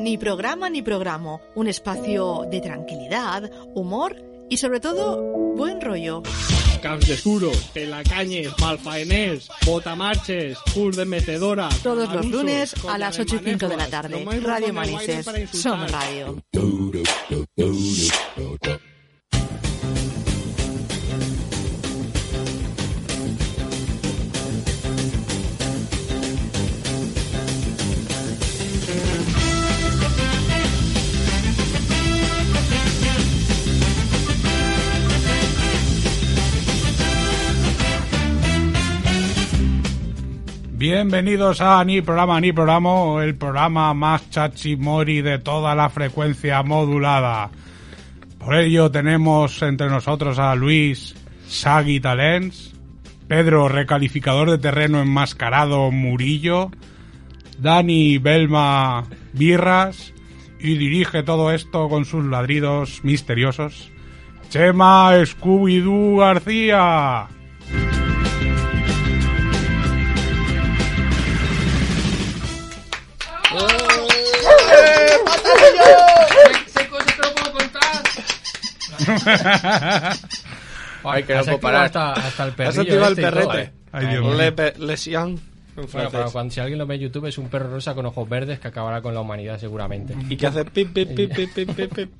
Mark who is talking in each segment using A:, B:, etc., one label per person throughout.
A: Ni programa ni programa. Un espacio de tranquilidad, humor y sobre todo buen rollo.
B: Camps de Suro, Pelacañes, Malfaenés, Botamarches, Curs de Mecedora.
A: Todos los
B: Anusos,
A: lunes
B: contra
A: a las 8 y 5 de la tarde.
B: Nomás
A: Radio
B: no me guarden
A: Manises.
B: para insultar.
A: Son radio.
C: Bienvenidos a Ni Programa Ni Programa, el programa más chachimori de toda la frecuencia modulada. Por ello tenemos entre nosotros a Luis Sagui Talents, Pedro Recalificador de Terreno Enmascarado Murillo, Dani Belma Birras y dirige todo esto con sus ladridos misteriosos. Chema Scooby-Doo García.
D: Sé cosas que no puedo contar.
E: Ay, que no
F: Has
E: puedo
F: activado
E: parar.
F: Hasta, hasta el perrillo
E: Has activado el
F: este y todo,
E: perrete.
F: ¿eh?
C: Ay, Dios mío.
E: Le pe- lesión. en
F: Bueno,
E: francés.
F: para cuando si alguien lo ve en YouTube es un perro rosa con ojos verdes que acabará con la humanidad seguramente.
E: Y que hace pip, pip, pip, pip, pip, pip, pip.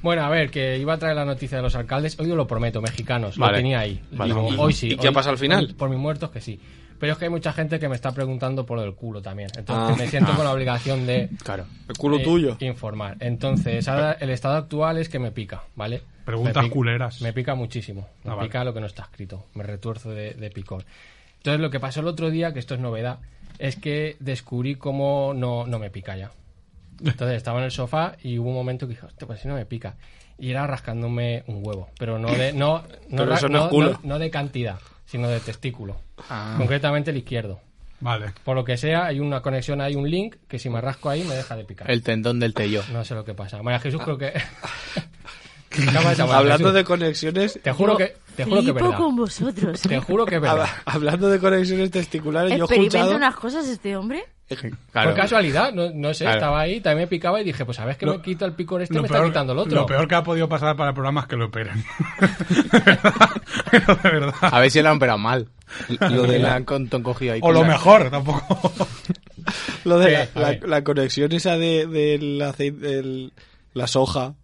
F: Bueno, a ver, que iba a traer la noticia de los alcaldes. Hoy os lo prometo, mexicanos.
E: Vale.
F: Lo tenía ahí.
E: Vale.
F: Digo,
E: ¿Y-
F: hoy sí.
E: y qué
F: hoy-
E: pasa al final?
F: hoy por mis muertos que sí. Pero es que hay mucha gente que me está preguntando por lo del culo también.
E: Ah.
F: Entonces me siento con la obligación de
E: Claro. El culo
F: eh,
E: tuyo.
F: informar. Entonces, ahora el estado actual es que me pica, ¿vale?
C: Preguntas
F: Me pica-
C: culeras.
F: Me pica muchísimo. Me
C: Ah, vale.
F: pica lo que no está escrito. Me retuerzo de, de picor. Entonces, lo que pasó el otro día, que esto es novedad, es que descubrí cómo no, no me pica ya. Entonces, estaba en el sofá y hubo un momento que dije, "Hostia, pues si no me pica. Y era rascándome un huevo. Pero no de, no, no,
E: Pero
F: ra-
E: eso no es culo. Ah.
F: no- no de cantidad, sino de testículo. Concretamente el izquierdo.
C: Vale.
F: Por lo que sea, hay una conexión, hay un link que si me rasco ahí me deja de picar.
D: El tendón del tello.
F: No sé lo que pasa. María Jesús, creo que. ¿Qué ha pasado, María
E: Hablando
F: Jesús?
E: de conexiones.
F: Te juro que, te juro que es
G: Flipo
F: verdad.
G: con vosotros.
H: ¿eh?
F: Te juro que es verdad.
E: hab- Hablando de conexiones testiculares, yo he Eh,
G: ¿Experimenta
E: escuchado.
G: unas cosas este hombre?
D: Claro.
F: Por casualidad, no, no sé,
D: Claro.
F: estaba ahí, también me picaba y dije, pues sabes que
C: Lo-
F: me quita el picor este, me está quitando el otro.
C: lo peor que ha podido pasar para el programa es que lo operan. de verdad. pero de verdad.
D: A ver si la han operado mal. Lo
E: de
D: de
E: la-
D: la han con- con cogido ahí.
C: O lo
D: Mira.
C: mejor, tampoco.
E: Lo de la,
F: Eh, a
E: la-
F: ver.
E: la conexión esa de, del acei- del- la soja.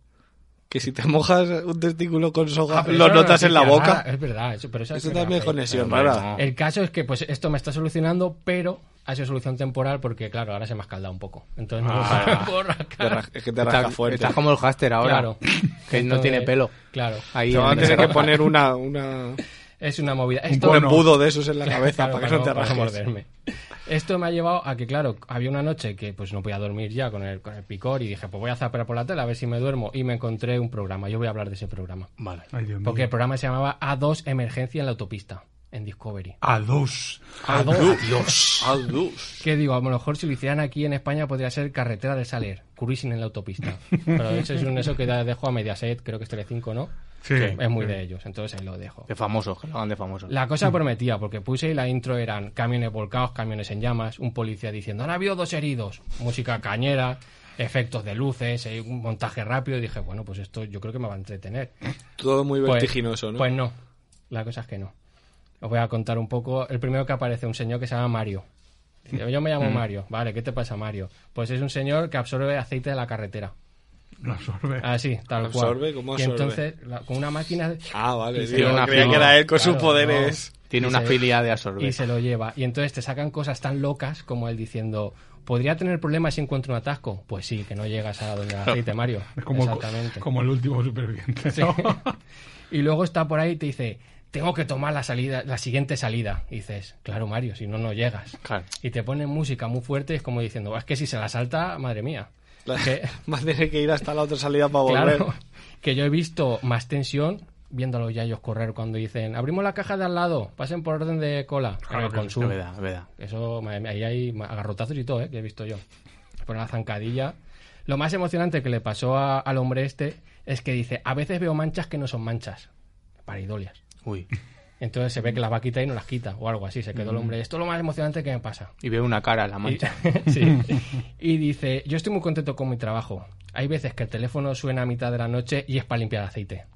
E: Que si te mojas un testículo con soja,
F: Ah, pero
E: lo
F: eso no
E: notas
F: es
E: en la
F: noticia,
E: boca.
F: nada, es verdad, eso, pero eso, es
E: Eso
F: verdad,
E: también es
F: pero-
E: conexión
D: Pero
E: rara.
F: El caso es que pues esto me está solucionando, pero ha sido solución temporal porque, claro, ahora se me ha escaldado un poco. Entonces no lo puedo
E: Te
F: rascar.
E: ras- Es que te rasca
D: Estás
E: fuerte.
D: estás como el háster ahora.
F: Claro.
D: Que no tiene
F: Entonces,
D: pelo.
F: Claro.
D: Ahí
E: Te van a
D: donde
E: tener
D: se
E: que
D: rasca.
E: poner una, una,
F: Es una movida.
E: un
F: Esto,
E: embudo de esos en la cabeza
F: Claro,
E: para que no te rasques.
F: morderme. Esto me ha llevado a que, claro, había una noche que pues no podía dormir ya con el, con el picor y dije, pues voy a zapear por la tele a ver si me duermo. Y me encontré un programa. Yo voy a hablar de ese programa.
D: Vale.
C: Ay, Dios mío.
F: Porque el programa se llamaba A2 Emergencia en la autopista, en Discovery.
C: A dos.
F: A2.
E: Ah, Aldus.
F: Que digo, a lo mejor si lo hicieran aquí en España podría ser Carretera de Saler, Cruising en la autopista. Pero ese es un eso que da- dejo a Mediaset, creo que es Telecinco, ¿no?
C: Sí.
F: Es muy de ellos, entonces ahí lo dejo.
D: De famosos, que lo hagan de famosos.
F: La cosa prometía, porque puse y la intro eran camiones volcados, camiones en llamas, un policía diciendo, han habido dos heridos, música cañera, efectos de luces, eh, un montaje rápido. Y dije, bueno, pues esto yo creo que me va a entretener.
E: Todo muy
F: Pues-
E: vertiginoso, ¿no?
F: Pues no, la cosa es que no. Os voy a contar un poco. El primero que aparece, un señor que se llama Mario. Dice, Yo me llamo
E: Mm.
F: Mario. Vale, ¿qué te pasa, Mario? Pues es un señor que absorbe aceite de la carretera.
C: Lo absorbe.
F: Así, tal
E: ¿Absorbe?
F: cual.
E: ¿Cómo
F: y
E: absorbe?
F: entonces, la- con una máquina...
E: Ah, vale.
D: Sí,
E: digo,
D: una
E: creía
D: fila.
E: que era él con sus
F: Claro,
E: poderes.
D: Tiene
F: Y
D: una
F: se-
D: filia de absorber.
F: y se lo lleva. Y entonces te sacan cosas tan locas como él diciendo, ¿podría tener problemas si encuentro un atasco? Pues sí, que no llegas a donde el aceite, Mario.
C: Es como,
F: Exactamente.
C: como el último superviviente.
F: Sí.
C: ¿no?
F: y luego está por ahí y te dice, tengo que tomar la salida, la siguiente salida. Y dices, claro, Mario, si no, no llegas.
D: Claro.
F: Y te ponen música muy fuerte y es como diciendo, es que si se la salta, madre mía.
E: La-
F: Que-
E: Más tiene que ir hasta la otra salida para volver.
F: Claro, que yo he visto más tensión viendo a los yayos correr cuando dicen, abrimos la caja de al lado, pasen por orden de cola. En el
D: Es
F: consumo.
D: verdad, es verdad.
F: Eso, madre mía, ahí hay ma- agarrotazos y todo, ¿eh? que he visto yo. Por una zancadilla. Lo más emocionante que le pasó a- al hombre este es que dice, a veces veo manchas que no son manchas. Paridolias.
D: Uy.
F: Entonces se ve que las va a quitar y no las quita o algo así. Se quedó el hombre. Esto es lo más emocionante que me pasa.
D: Y veo una cara en la
F: Y,
D: mancha.
F: sí. y dice, yo estoy muy contento con mi trabajo. Hay veces que el teléfono suena a mitad de la noche y es para limpiar aceite.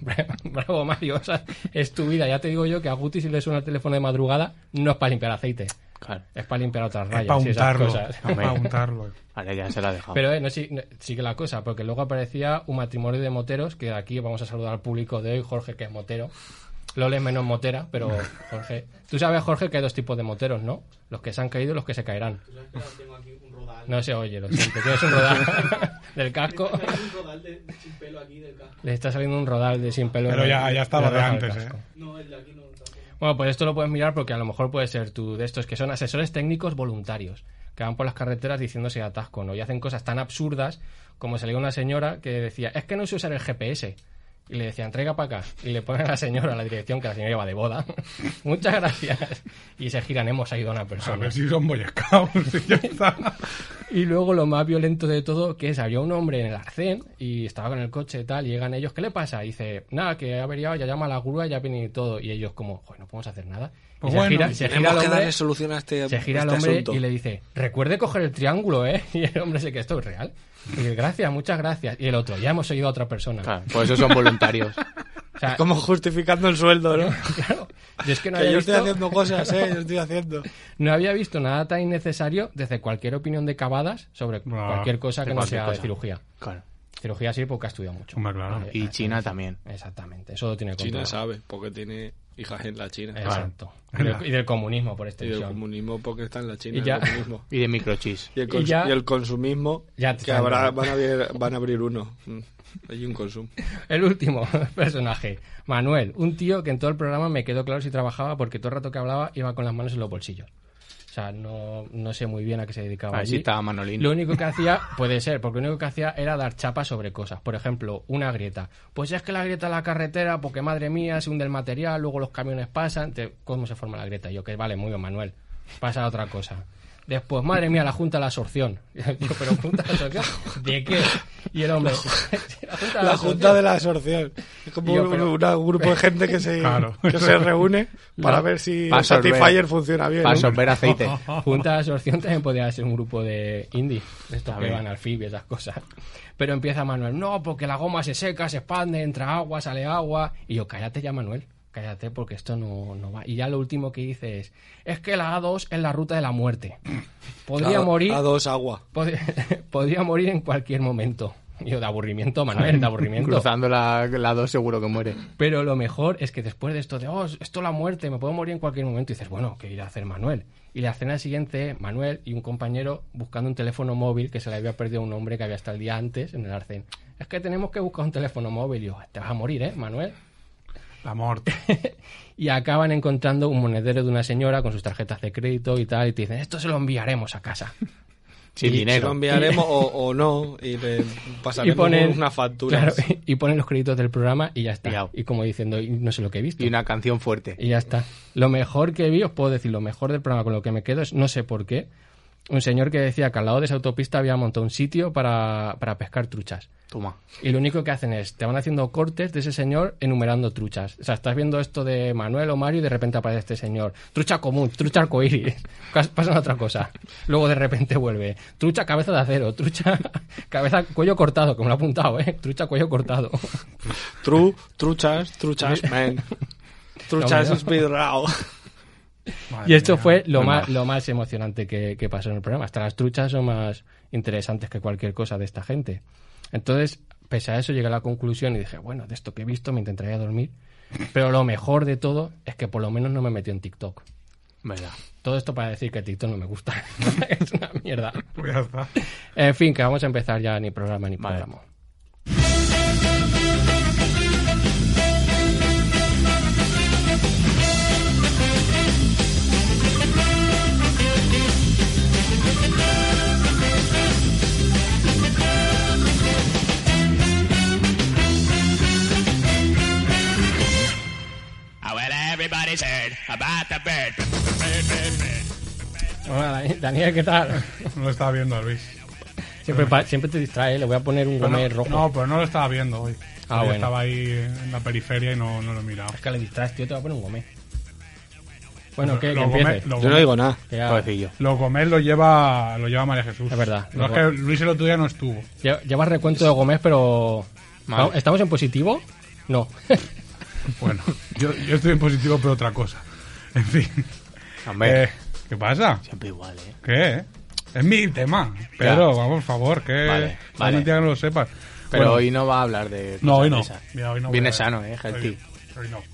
F: Bravo, Mario. o sea, es tu vida. Ya te digo yo que a Guti si le suena el teléfono de madrugada no es para limpiar aceite.
D: Claro.
F: Es para limpiar otras
C: Es
F: rayas
C: para
F: y esas
C: untarlo.
F: cosas.
C: Es para untarlo.
D: Ahora ya se la dejamos.
F: Pero eh, no, sí, no, sigue la cosa, porque luego aparecía un matrimonio de moteros, que aquí vamos a saludar al público de hoy, Jorge, que es motero. Lole es menos motera, pero Jorge... Tú sabes, Jorge, que hay dos tipos de moteros, ¿no? Los que se han caído y los que se caerán. No se oye, lo siento. Tienes un rodal del casco. Le está saliendo un rodal de sin pelo.
C: Pero
F: en el-
C: ya- ya estaba
F: en la
C: de
F: raja del
C: antes,
F: casco.
C: ¿eh?
F: Bueno, pues esto lo puedes mirar porque a lo mejor puede ser tú de estos que son asesores técnicos voluntarios que van por las carreteras diciéndose atasco, ¿no? Y hacen cosas tan absurdas como salió una señora que decía, es que no sé usar el GPS. Y le decían, traiga para acá. Y le ponen a la señora la dirección que la señora iba de boda. Muchas gracias. Y se giran, hemos ayudado a una
C: A
F: persona.
C: ver si son Boy Scouts y ya está.
F: Y luego lo más violento de todo, que es, había un hombre en el arcén y estaba con el coche y tal, y llegan ellos, ¿qué le pasa? Y dice, nada, que ha averiado, ya llama a la grúa, ya viene y todo. Y ellos como, joder, no podemos hacer nada. Y
C: Pues
F: se
C: bueno,
F: gira, se gira
E: Tenemos
F: el
E: que
F: hombre,
E: darle solución a este,
F: se gira el
E: este
F: hombre
E: asunto.
F: y le dice, recuerde coger el triángulo, ¿eh? Y el hombre se que esto es real. Y dice, gracias, muchas gracias. Y el otro, ya hemos oído a otra persona.
D: Claro, por eso son voluntarios.
F: O sea,
E: Como justificando el sueldo, ¿no?
F: claro, yo es que no
E: que
F: había
E: yo
F: visto...
E: estoy haciendo cosas, ¿eh? Yo estoy haciendo.
F: No había visto nada tan innecesario desde cualquier opinión de Cavadas sobre
C: No,
F: cualquier cosa
D: de
F: que no
D: cualquier
F: sea de
D: cosa.
F: cirugía.
D: Claro.
F: Cirugía sí, porque ha estudiado mucho.
C: Hombre, claro.
D: Y China también.
F: Exactamente, eso lo tiene
E: China
F: controlado.
E: sabe, porque tiene hijas en la China.
F: Exacto. Y del, y del comunismo, por
E: Y del
F: extensión.
E: comunismo, porque está en la China.
F: Y ya.
E: El comunismo.
D: Y de microchis.
E: Y el,
F: Y
E: cons-
F: ya-
E: y el consumismo,
F: Ya te
E: que
F: salgo.
E: habrá, van, a abrir, van a abrir uno. Mm. Hay un consumo.
F: El último personaje, Manuel, un tío que en todo el programa me quedó claro si trabajaba porque todo el rato que hablaba iba con las manos en los bolsillos. O sea, no, no sé muy bien a qué se dedicaba.
D: Así
F: allí.
D: estaba Manolín.
F: Lo único que hacía, puede ser, porque lo único que hacía era dar chapas sobre cosas. Por ejemplo, una grieta. Pues es que la grieta de la carretera, porque madre mía, se hunde el material, luego los camiones pasan. te- ¿Cómo se forma la grieta? Y Yo, que vale, muy bien, Manuel. Pasa a otra cosa. Después, madre mía, la Junta de la Absorción. Yo, pero Junta de la Absorción, ¿de qué? Y el hombre. La Junta de la
E: La Junta
F: Absorción.
E: de la Absorción. Es como
F: Yo,
E: un,
F: pero-
E: una- un grupo de gente que se,
C: Claro.
E: que se reúne para
F: No.
E: ver si
D: Pa'
E: el
D: sorber.
E: Satisfyer funciona bien.
D: Para
E: ¿no?
D: sorber aceite.
F: Junta de absorción también podría ser un grupo de indie, de estos que
D: También.
F: van al FIB y esas cosas. Pero empieza Manuel, no, porque la goma se seca, se expande, entra agua, sale agua. Y yo, cállate ya, Manuel, cállate porque esto no, no va. Y ya lo último que dice es, es que la A2 es la ruta de la muerte. Podría
E: A-
F: morir
E: A dos agua.
F: pod- podría morir en cualquier momento. Y Yo, de aburrimiento, Manuel, de aburrimiento.
D: Cruzando la, la dos seguro que muere.
F: Pero lo mejor es que después de esto de, oh, esto es la muerte, me puedo morir en cualquier momento, y dices, bueno, ¿qué irá a hacer Manuel? Y la escena siguiente, Manuel y un compañero buscando un teléfono móvil que se le había perdido a un hombre que había estado el día antes en el arcén. Es que tenemos que buscar un teléfono móvil. Y yo, te vas a morir, ¿eh, Manuel?
C: La muerte.
F: Y acaban encontrando un monedero de una señora con sus tarjetas de crédito y tal, y te dicen, esto se lo enviaremos a casa.
D: Sin
E: Y se Lo
D: dinero.
E: enviaremos o, o no y le pasaremos una factura.
F: claro, y ponen los créditos del programa y ya está.
D: Cuidado.
F: Y como diciendo, "Y no sé lo que he visto.
D: Y una canción fuerte.
F: Y ya está. Lo mejor que vi, os puedo decir, lo mejor del programa con lo que me quedo es, no sé por qué, un señor que decía que al lado de esa autopista había montado un sitio para, para pescar truchas.
D: Toma.
F: Y lo único que hacen es, te van haciendo cortes de ese señor enumerando truchas. O sea, estás viendo esto de Manuel o Mario y de repente aparece este señor. Trucha común, trucha arcoíris. Cas- Pasan a otra cosa. Luego de repente vuelve. Trucha cabeza de acero, trucha cabeza cuello cortado, como lo ha apuntado, ¿eh? Trucha cuello cortado.
E: Tru, truchas, truchas, man. Truchas
F: No,
E: is be raw.
C: Madre
F: Y esto
C: mía.
F: fue lo más, lo más emocionante que, que pasó en el programa. Hasta las truchas son más interesantes que cualquier cosa de esta gente. Entonces, pese a eso, llegué a la conclusión y dije, bueno, de esto que he visto me intentaría dormir. Pero lo mejor de todo es que por lo menos no me metió en TikTok.
D: Verdad.
F: Todo esto para decir que TikTok no me gusta. es una mierda.
C: Pues ya está.
F: En fin, que vamos a empezar ya ni programa ni
D: Vale.
F: programa. Hola, Dani- Daniel, ¿qué tal?
C: No lo estaba viendo Luis.
F: Siempre, pa- siempre te distrae, le voy a poner un
C: Pero
F: gome
C: no,
F: rojo.
C: no, pero no lo estaba viendo hoy.
F: Ah,
C: Hoy
F: bueno.
C: Estaba ahí en la periferia y no, no lo he mirado.
F: Es que le distraes, tío, te va a poner un gome. Bueno, que, que
C: Lo Gomez-
F: empiece.
C: lo
E: Yo no
C: Gomez-
E: digo nada.
F: Que ya-
D: Pobrecillo.
C: Lo Gómez lo lleva, lo lleva María Jesús.
F: Es verdad.
C: No, es que Luis el otro día no estuvo.
F: Lle- Llevas recuento de Gómez, pero...
D: Mal.
F: ¿Va- ¿Estamos en positivo? No.
C: Bueno, yo, yo estoy en positivo, pero otra cosa. En fin.
D: Hombre,
C: Eh, ¿Qué pasa?
D: siempre igual, ¿eh?
C: ¿Qué? Es mi tema. Pero, vamos, por favor, que
D: Vale,
C: no
D: vale.
C: mentira que no lo sepas.
D: Pero
C: Bueno,
D: hoy no va a hablar de.
C: no, hoy no.
D: cosas de esas.
C: Mira, hoy no
D: Viene
C: voy a-
D: sano, ¿eh? Pues Gentil.
C: Hoy, hoy no. Hoy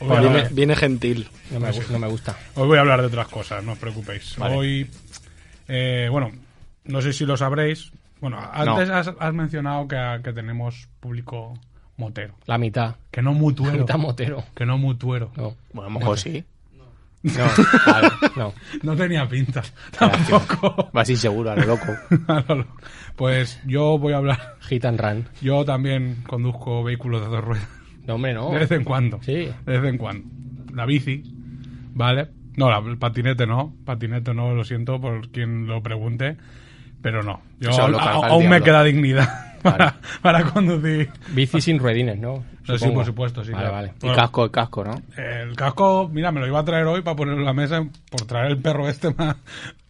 C: voy, a
E: Viene,
C: hablar,
E: viene gentil.
F: No me, gu- no me gusta.
C: hoy voy a hablar de otras cosas, no os preocupéis.
D: Vale.
C: Hoy, eh, bueno, no sé si lo sabréis. Bueno, antes has, has mencionado que, que tenemos público motero.
F: La mitad.
C: Que no mutuero.
F: Mitad motero.
C: Que no mutuero.
F: No,
D: Bueno, a lo mejor sí. No, vale.
F: no.
C: No tenía pinta.
D: Lástima.
C: Tampoco.
D: Vas inseguro, a lo loco.
C: pues yo voy a hablar.
F: Hit and run.
C: Yo también conduzco vehículos de dos ruedas.
F: No, hombre,
D: Oh.
F: no.
C: De vez en cuando.
F: Sí.
C: De vez en cuando. La bici, ¿vale? No, la- el patinete no. Patinete no, lo siento por quien lo pregunte. Pero no. Yo
D: Eso
C: aún,
D: lo calza
C: a-
D: el
C: aún me
D: diablo.
C: queda dignidad para, para conducir.
F: Bici sin ruedines, ¿no?
C: No, sí,
F: Supongo.
C: por supuesto, sí.
F: Vale,
C: claro.
F: vale.
D: Y
C: Bueno,
D: casco, el casco, ¿no?
C: El casco, mira, me lo iba a traer hoy para ponerlo en la mesa por traer el perro este más.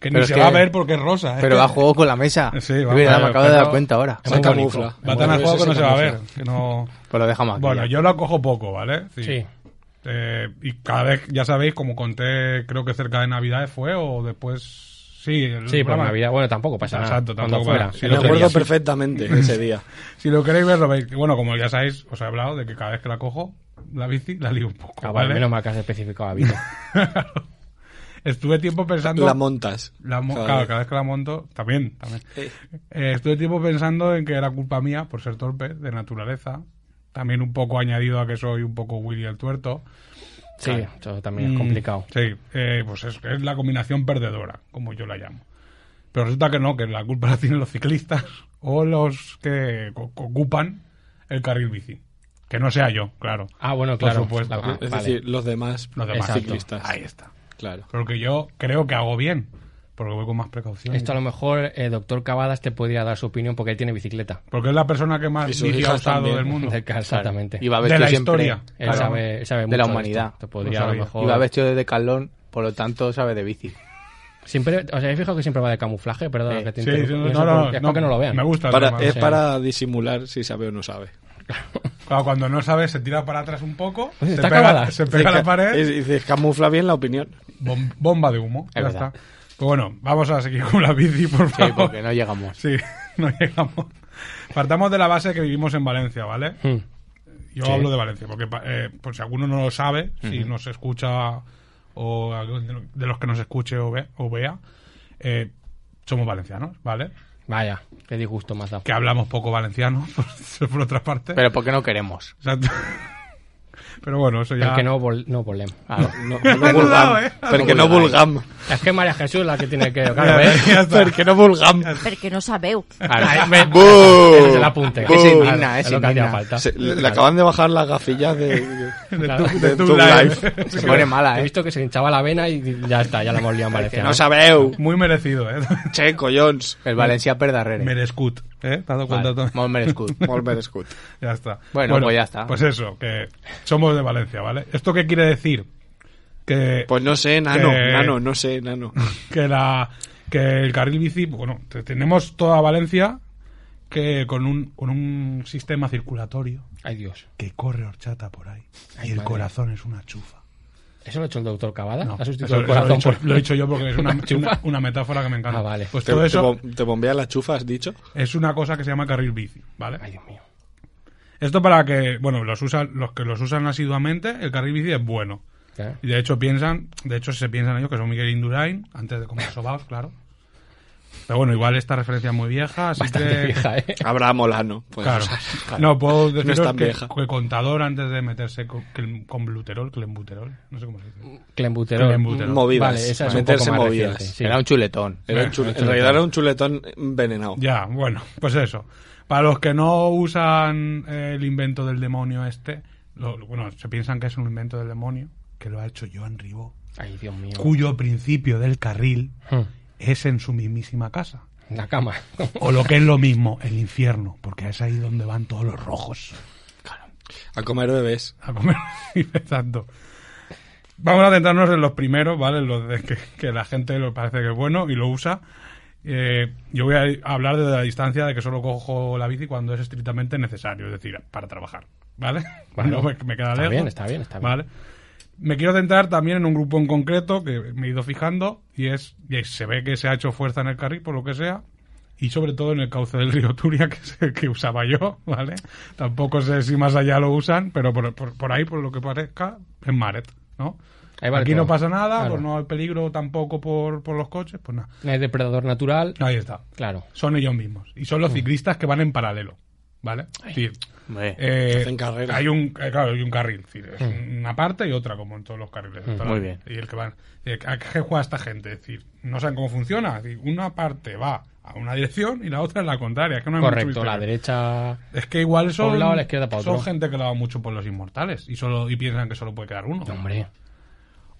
C: Que
D: Pero
C: ni
D: es
C: se
D: que-
C: va a ver porque es rosa. ¿eh?
D: Pero va a juego con la mesa.
C: Sí, eh, va,
D: Es verdad,
C: pero
D: ah, me acabo de
C: el
D: dar
C: perro-
D: cuenta ahora.
F: Es muy
E: Se
F: bonito.
E: camufla.
C: Va tan
F: Muy
C: al juego que
F: bonito,
C: no
F: sí,
C: se va a ver.
F: camufla.
C: Que no...
D: Pues lo dejamos aquí.
C: Bueno,
D: ya.
C: yo lo acojo poco, ¿vale? Sí.
F: Sí.
C: Eh, y cada vez, ya sabéis, como conté, creo que cerca de Navidades fue o después. Sí, el
F: Sí, por
C: programa.
F: Navidad. Bueno, tampoco pasa nada.
C: Exacto,
F: Cuando
C: tampoco
F: fuera.
C: pasa. Sí,
F: El
E: Me
F: otro
E: acuerdo
F: día.
E: perfectamente de ese día.
C: Si lo queréis ver, lo veis. Y Bueno, como ya sabéis, os he hablado de que cada vez que la cojo, la bici, la lío un poco.
F: Ah, vale,
C: ¿vale?
F: menos mal que has especificado a Vito.
C: Estuve tiempo pensando.
E: La montas.
C: la mo-
E: Cada
C: claro,
E: vez.
C: cada vez que la monto, también, también.
E: Eh,
C: Eh, estuve tiempo pensando en que era culpa mía por ser torpe, de naturaleza. También un poco añadido a que soy un poco Willy el tuerto.
F: Sí, eso también es
C: Mm,
F: complicado.
C: Sí, eh, pues es, es la combinación perdedora, como yo la llamo. Pero resulta que no, que la culpa la tienen los ciclistas o los que co- ocupan el carril bici. Que no sea yo, claro.
F: Ah, bueno,
C: Por
F: claro.
C: supuesto. Ah,
F: La-
E: es
F: vale.
E: decir, los demás,
C: Los demás.
F: Exacto.
E: ciclistas.
C: Ahí está.
E: Claro.
C: Porque yo creo que hago bien, porque voy con más precaución.
F: Esto a lo mejor el doctor Cavadas te podría dar su opinión porque él tiene bicicleta.
C: Porque es la persona que más
E: Y sus
C: bici ha
E: hijas
C: usado
E: también.
C: del mundo.
F: Del ca- Exactamente.
D: Iba
C: De
D: vestido
C: la
D: siempre.
C: historia.
F: Él
C: Claro.
F: sabe, él sabe
D: De
F: mucho
D: la
F: esto.
D: humanidad.
F: Te podría
C: No
F: a lo
C: sabía.
F: mejor.
D: Iba vestido de calón, por lo tanto sabe de bici.
F: Siempre, os habéis fijado que siempre va de camuflaje, perdón,
D: Sí.
F: que te
C: Sí,
F: interrumpa.
C: sí,
F: Y eso por- es para que no lo vean.
C: Me gusta. el
E: Para,
C: tema.
E: es
F: sí.
E: para disimular si sabe o no sabe.
C: Claro, cuando no sabe, se tira para atrás un poco,
F: Pues
C: se
F: está
C: pega,
F: acabada.
C: se pega a la pared.
E: Es- dices, camufla bien la opinión.
C: Bom- bomba de humo. ya
D: verdad.
C: está. Pues bueno, vamos a seguir con la bici, por
D: Sí,
C: favor.
D: porque no llegamos.
C: Sí, no llegamos. Partamos de la base que vivimos en Valencia, ¿vale?
F: Hmm.
C: Yo
F: Sí.
C: hablo de Valencia, porque pa- eh, por si alguno no lo sabe, si nos escucha o algún de lo- de los que nos escuche o, ve- o vea, eh, somos valencianos, ¿vale?
F: Vaya, qué disgusto más da.
C: Que hablamos poco valenciano, por, por otra parte.
D: Pero porque no queremos.
C: Exacto. Pero bueno, eso ya...
F: Porque no, vol- no volem.
D: Ah,
E: No,
C: He
E: no
C: dudado,
E: vulgam.
C: ¿eh?
E: Porque no vulgam.
F: Es que María Jesús es la que tiene que. Claro,
C: Ya,
F: ¿ves?
C: ya está.
E: Porque no vulgam.
A: Porque no sabeu.
D: claro.
F: ves,
C: Oh.
D: ¡Bú!
F: ese es el apunte.
D: ¡Bú!
F: Ese es-
D: Indigna,
F: es
D: es
F: lo que hacía
D: indigna.
F: falta.
E: Se- le, le acaban de bajar las gafillas de...
C: De
F: Claro.
C: tu,
E: De
C: de tu
E: tu
C: life.
D: Se pone mala,
F: He
D: ¿eh?
F: visto que se hinchaba la vena y ya está, ya la hemos liado en Valencia.
E: No sabeu.
C: Muy merecido, ¿eh?
E: Che, collons.
D: El Valencia Perdarrere.
C: Merescut, ¿eh? ¿Te has dado cuenta
D: Vale,
C: también?
D: Molt merescut.
E: Molt bé escut.
C: Ya está.
D: Bueno, pues ya está.
C: Pues eso, que somos de Valencia, ¿vale? ¿Esto qué quiere decir? Que,
E: Pues no sé, nano,
C: Eh.
E: nano, no sé, nano.
C: que, la, que el carril bici, bueno, te- tenemos toda Valencia que con un, con un sistema circulatorio
F: Ay, Dios.
C: que corre horchata por ahí.
F: Ay,
C: y el
F: madre.
C: corazón es una chufa.
F: ¿Eso lo ha hecho el doctor Cavada?
C: No,
F: ¿Ha
C: eso-
F: sustituido el
C: eso lo, he
F: corazón
C: dicho,
F: por
C: lo he dicho yo porque es una,
F: ¿Una chufa?
C: una- una metáfora que me encanta.
F: Ah, vale.
C: Pues
E: Te,
C: todo
E: te
C: eso
E: bom- te bombea la chufa, has dicho.
C: es una cosa que se llama carril bici, ¿vale?
F: Ay, Dios mío.
C: Esto para que, bueno, los usan, los que los usan asiduamente, el carril bici es bueno.
F: Ya.
C: Y de hecho piensan, de hecho se piensan ellos que son Miguel Indurain, antes de comer sobaos, claro. Pero bueno, igual esta referencia es muy vieja, así
F: Bastante
C: que...
F: vieja, ¿eh?
E: Habrá molano. Pues,
C: Claro.
E: o sea,
C: No, puedo deciros
E: tan
C: que,
E: vieja.
C: que contador antes de meterse con, que- con bluterol, clenbuterol, no sé cómo se dice.
F: Clenbuterol.
C: Clenbuterol.
E: Movidas.
F: Vale, esa es un
E: meterse
F: poco más
E: movidas.
F: reciente, sí.
D: Era un chuletón.
E: Era un chule- en realidad era un chuletón envenenado.
C: Ya, bueno, pues eso. Para los que no usan eh, el invento del demonio este, lo- lo- bueno, se piensan que es un invento del demonio, que lo ha hecho Joan Ribó,
F: Ay, Dios mío.
C: cuyo principio del carril
F: Hmm.
C: es en su mismísima casa.
F: en la cama.
C: O lo que es lo mismo, el infierno, porque es ahí donde van todos los rojos.
E: A comer bebés.
C: a comer. Exacto. Vamos a centrarnos en los primeros, ¿vale? Los de que, que la gente lo parece que es bueno y lo usa. Eh, yo voy a hablar desde la distancia de que solo cojo la bici cuando es estrictamente necesario, es decir, para trabajar, ¿vale?
F: Vale.
C: No me, me queda
F: Está
C: lejos.
F: bien, está bien, está bien.
C: ¿Vale? Me quiero centrar también en un grupo en concreto que me he ido fijando y es y se ve que se ha hecho fuerza en el carril, por lo que sea, y sobre todo en el cauce del río Turia, que es el que usaba yo, ¿vale? Tampoco sé si más allá lo usan, pero por, por- por ahí, por lo que parezca, es Maret, ¿no?
F: Ahí vale
C: Aquí
F: todo.
C: no pasa nada,
F: Claro.
C: pues no hay peligro tampoco por, por los coches, pues nada.
F: No hay depredador natural.
C: Ahí está.
F: Claro.
C: Son ellos mismos. Y son
F: Mm.
C: los ciclistas que van en paralelo, ¿vale? Es decir,
D: Hombre,
C: eh,
E: Hacen carrera.
C: Hay un, eh, claro, hay un carril. es decir, es
F: Mm.
C: Una parte y otra, como en todos los carriles. Está
D: muy
C: la-
D: bien.
C: Y el que van. eh, ¿A qué juega esta gente? Es decir, no saben cómo funciona. Es decir, una parte va a una dirección y la otra en la contraria. Es que no hay mucho
F: Correcto, la
C: misterio.
F: derecha.
C: Es que igual son,
F: un lado, la izquierda, para otro.
C: son gente que la va mucho por los inmortales y solo y piensan que solo puede quedar uno.
F: Hombre,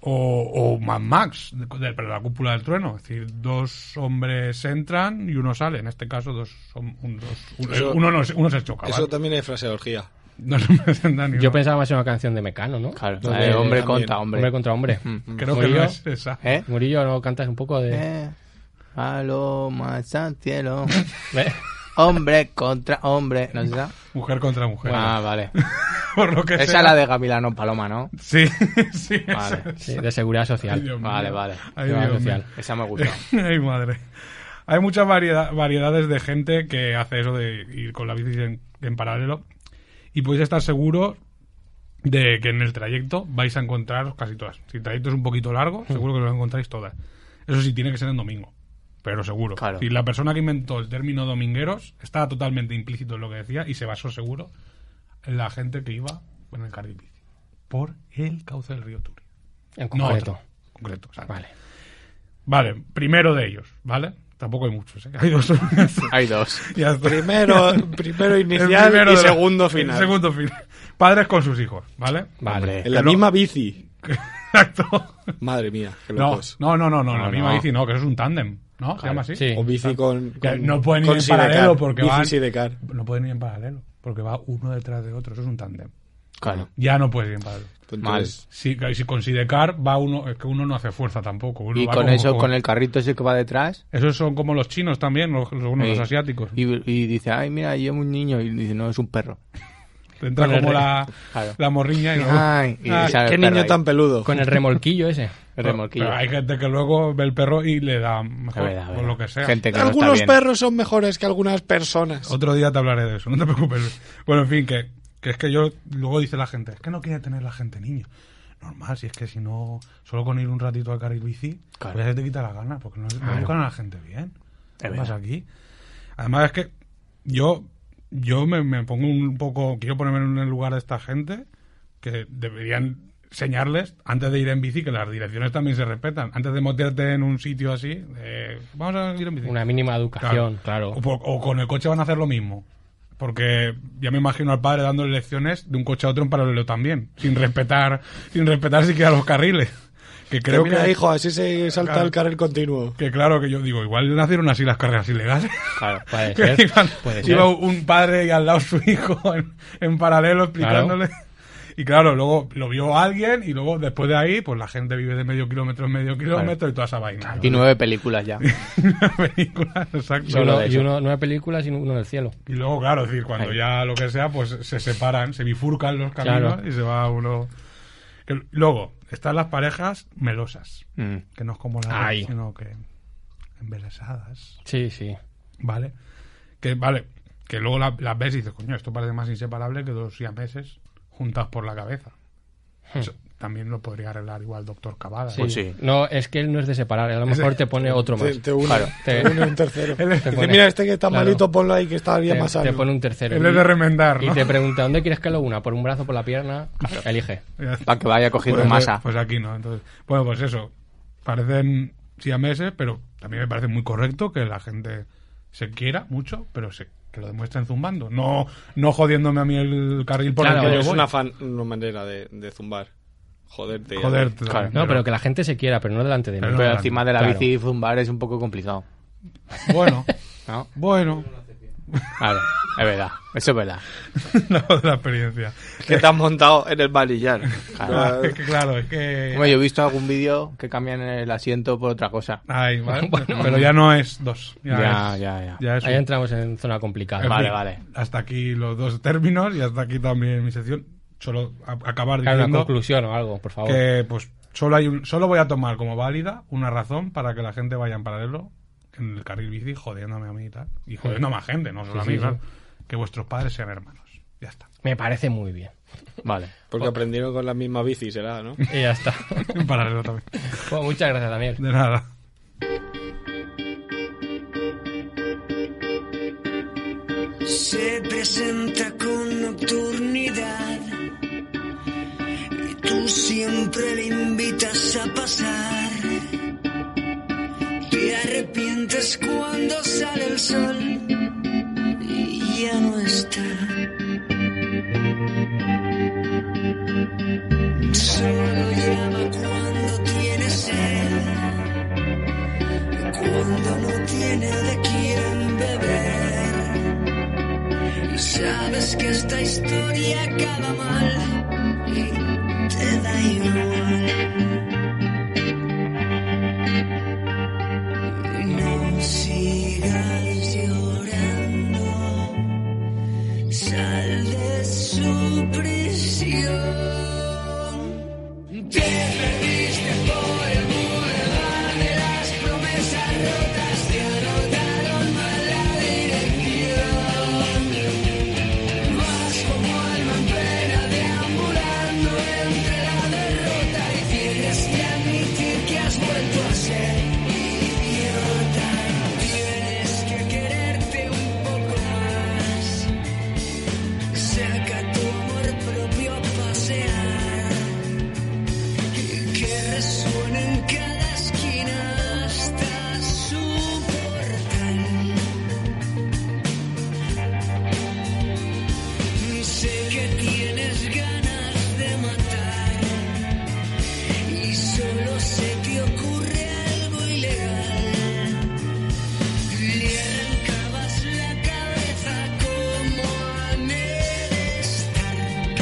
C: O, o Mad Max, de, de- pero la cúpula del trueno. Es decir, dos hombres entran y uno sale. En este caso, dos, hom- un- dos- uno,
E: Eso-
C: uno no se- uno se choca.
E: Eso
C: Ah, ¿vale?
E: también es fraseología.
C: Dos hombres entran y
F: yo
C: uno-
F: pensaba más en una canción de Mecano, ¿no?
D: claro.
F: Donde-
D: Eh, hombre
E: también.
D: contra hombre.
F: Hombre contra hombre.
C: Creo que
F: Murillo.
C: no es esa.
D: ¿Eh?
F: Murillo, ¿no cantas un poco de.?
D: Eh, Paloma, cielo.
F: ¿Eh?
D: hombre contra hombre. ¿No es esa?
C: Mujer contra mujer.
D: Ah, vale.
C: Por lo que
D: Esa
C: sea.
D: es la de Gavilano Paloma, ¿no?
C: Sí, sí. esa
D: Vale.
C: es.
F: Sí, de seguridad
C: Ay,
F: social.
C: Dios mío.
D: Vale, vale.
C: Ay,
F: Seguridad
C: Dios mío.
F: social.
D: Esa me gusta.
C: Ay, madre. Hay muchas variedad- variedades de gente que hace eso de ir con la bici en, en paralelo. Y podéis estar seguros de que en el trayecto vais a encontrar casi todas. Si el trayecto es un poquito largo,
F: Hmm.
C: seguro que lo encontráis todas. Eso sí, tiene que ser en domingo. Pero seguro.
D: Claro.
C: Y la persona que inventó el término domingueros estaba totalmente implícito en lo que decía y se basó seguro en la gente que iba en el carril bici. Por el cauce del río Turia.
F: En
C: No,
F: concreto.
C: otro. Concreto, o sea,
F: Vale.
C: Vale, primero de ellos, ¿vale? Tampoco hay muchos, ¿eh? Hay dos. ya está.
D: Hay dos.
E: Primero, primero
C: El
E: inicial
C: primero
E: y
C: de la-
E: segundo
C: el
E: final.
C: segundo final. Padres con sus hijos, ¿vale?
F: Vale.
D: Hombre.
E: En la
C: Que no-
E: misma bici.
C: Exacto.
E: Madre mía, qué
C: No,
E: locos.
C: no, no, no, no, la
D: No,
C: misma
D: no.
C: bici no, que eso es un tándem, ¿no? ¿Se llama así?
F: Sí.
E: O bici con,
C: Que
E: con-
C: no pueden ir
E: con
C: en
E: sidecar.
C: paralelo porque
E: Bici
C: van-
E: sidecar.
C: No pueden ir en paralelo, porque va uno detrás de otro, eso es un tándem.
D: Claro.
C: Ya no puedes ir en paralelo.
E: Entonces,
C: Si, si con sidecar va uno, es que uno no hace fuerza tampoco. uno
D: Y
C: va
D: con
C: como-
D: eso,
C: como-
D: con el carrito ese que va detrás.
C: Esos son como los chinos también, los, los, bueno, los
D: Sí.
C: asiáticos.
D: Y, y dice, ay, mira, yo un niño. Y dice, no, es un perro.
C: Entra
F: Con el
C: como
F: re-
C: la,
D: Claro.
C: la morriña y luego-
D: Ay, y
C: Ah,
D: sale el
E: Qué
D: perro
E: niño
D: ahí.
E: tan peludo.
F: Con el remolquillo ese.
D: El remolquillo.
C: Pero hay gente que luego ve el perro y le da mejor,
D: Es verdad, es
C: o
D: verdad.
C: lo que sea.
D: Gente que no está
E: Algunos
D: bien.
E: perros son mejores que algunas personas.
C: Otro día te hablaré de eso, no te preocupes. Luis. Bueno, en fin, que, que es que yo luego dice la gente, es que no quiere tener la gente niño. Normal, si es que si no, solo con ir un ratito al carril bici,
D: Claro.
C: pues ya se te quita las ganas, porque no, no educan a la gente bien. ¿Qué
D: verdad.
C: pasa aquí? Además es que yo, yo me, me pongo un poco, quiero ponerme en el lugar de esta gente que deberían enseñarles antes de ir en bici que las direcciones también se respetan. Antes de meterte en un sitio así, eh, vamos a ir en bici.
F: Una mínima educación, claro.
C: O, por- o con el coche van a hacer lo mismo. Porque ya me imagino al padre dándole lecciones de un coche a otro en paralelo también, sin respetar, sin respetar siquiera los carriles. Que creo
E: Que mira,
C: que,
E: hijo, así se salta
C: Claro.
E: el carril continuo.
C: que claro que yo digo, igual nacieron así las carreras ilegales.
F: Claro, puede
C: Que
F: ser.
C: iban-
F: Puede ser.
C: iba un padre y al lado su hijo en, en paralelo explicándole. Y claro, luego lo vio alguien y luego después de ahí, pues la gente vive de medio kilómetro en medio kilómetro y toda esa vaina.
D: Y nueve películas ya.
C: Películas, exacto.
F: Y
D: Solo
F: uno,
D: de
F: y
D: eso.
F: uno, nueve películas y uno en el cielo.
C: Y luego, claro, es decir, cuando
D: Ahí.
C: ya lo que sea, pues se separan, se bifurcan los caminos
F: Claro.
C: y se va uno. que- Luego, están las parejas melosas,
D: Mm.
C: que no es como la
F: Ay.
C: sino que embelesadas,
F: Sí, sí.
C: ¿vale? Que, vale, que luego la- las ves y dices, coño, esto parece más inseparable que dos siameses juntas por la cabeza. Eso también lo podría arreglar igual doctor Cavada.
F: Hmm. Sí.
D: Pues sí.
F: No, es que él no es de separar. A lo mejor te pone otro más.
E: Te, te une,
D: Claro.
E: te
F: Te-
E: une un tercero. Dice,
F: pone-
E: mira, este que está
F: claro.
E: malito, ponlo ahí que estaría
F: Te-
E: más
F: te
E: sano.
F: pone un tercero.
C: Él es de remendar,
F: Y
C: ¿no?
F: te pregunta, ¿dónde quieres que lo una? ¿Por un brazo, por la pierna? Elige.
C: Ya está.
D: Para que vaya cogiendo
C: Pues,
D: masa.
C: Pues aquí no. Entonces, bueno, pues eso. Parecen siameses, pero también me parece muy correcto que la gente se quiera mucho, pero se, que lo demuestren zumbando. No, no jodiéndome a mí el carril por
F: Claro,
C: el que
E: es
C: yo voy.
E: una, fan, una manera de, de zumbar. Joderte.
C: Joderte.
D: Claro,
C: también,
F: No, pero que la gente se quiera, pero no delante de mí.
C: Pero-
D: pero encima de la
F: Claro.
D: bici zumbar es un poco complicado.
C: Bueno,
D: ¿no?
C: bueno.
D: Claro, es verdad, eso es verdad.
C: no, de la experiencia. Ah,
E: Que te has montado en el manillar.
D: Claro.
C: Es que claro, es que...
D: Eh, Hombre, yo he visto algún vídeo que cambian el asiento por otra cosa.
C: Ay, vale, pero ya no es dos. Ya,
D: Ya,
C: es-
D: ya, ya.
C: ya es
F: Ahí
C: un.
F: entramos en zona
C: En
F: complicada.
D: Vale,
C: fin,
D: vale.
C: Hasta aquí los dos términos y hasta aquí también mi sección. Solo a- acabar
F: Claro, una
C: diciendo
F: conclusión o algo, por favor.
C: que pues solo hay un- solo voy a tomar como válida una razón para que la gente vaya en paralelo en el carril bici jodiéndome a mí y tal. Y jodiendo a más gente, no solo
F: Sí,
C: a mí,
F: sí,
C: claro.
F: sí.
C: Que vuestros padres sean hermanos. Ya está.
F: Me parece muy bien.
D: Vale.
E: Porque aprendieron con la misma bici, será, ¿no?
F: Y ya está.
C: En paralelo también.
F: Pues muchas gracias, Daniel.
C: De nada.
H: se presenta con nocturnidad y tú siempre le invitas a pasar. Te arrepientes cuando sale el sol y ya no está. Solo llama cuando tiene sed, cuando no tiene de quién beber. Sabes que esta historia acaba mal y te da igual. No sigas llorando, sal de su prisión. Te perdiste por el boulevard de las promesas rotas, te anotaron mal la dirección. Vas como alma en pena deambulando entre la derrota y tienes que admitir que has vuelto a ser idiota. Tienes que quererte un poco más. Saca tu amor propio a pasear. Y que resuene en cada esquina hasta su portal. Sé que tienes ganas de matar y solo se te ocurre algo ilegal. Le arrancabas la cabeza como a Ned Stark.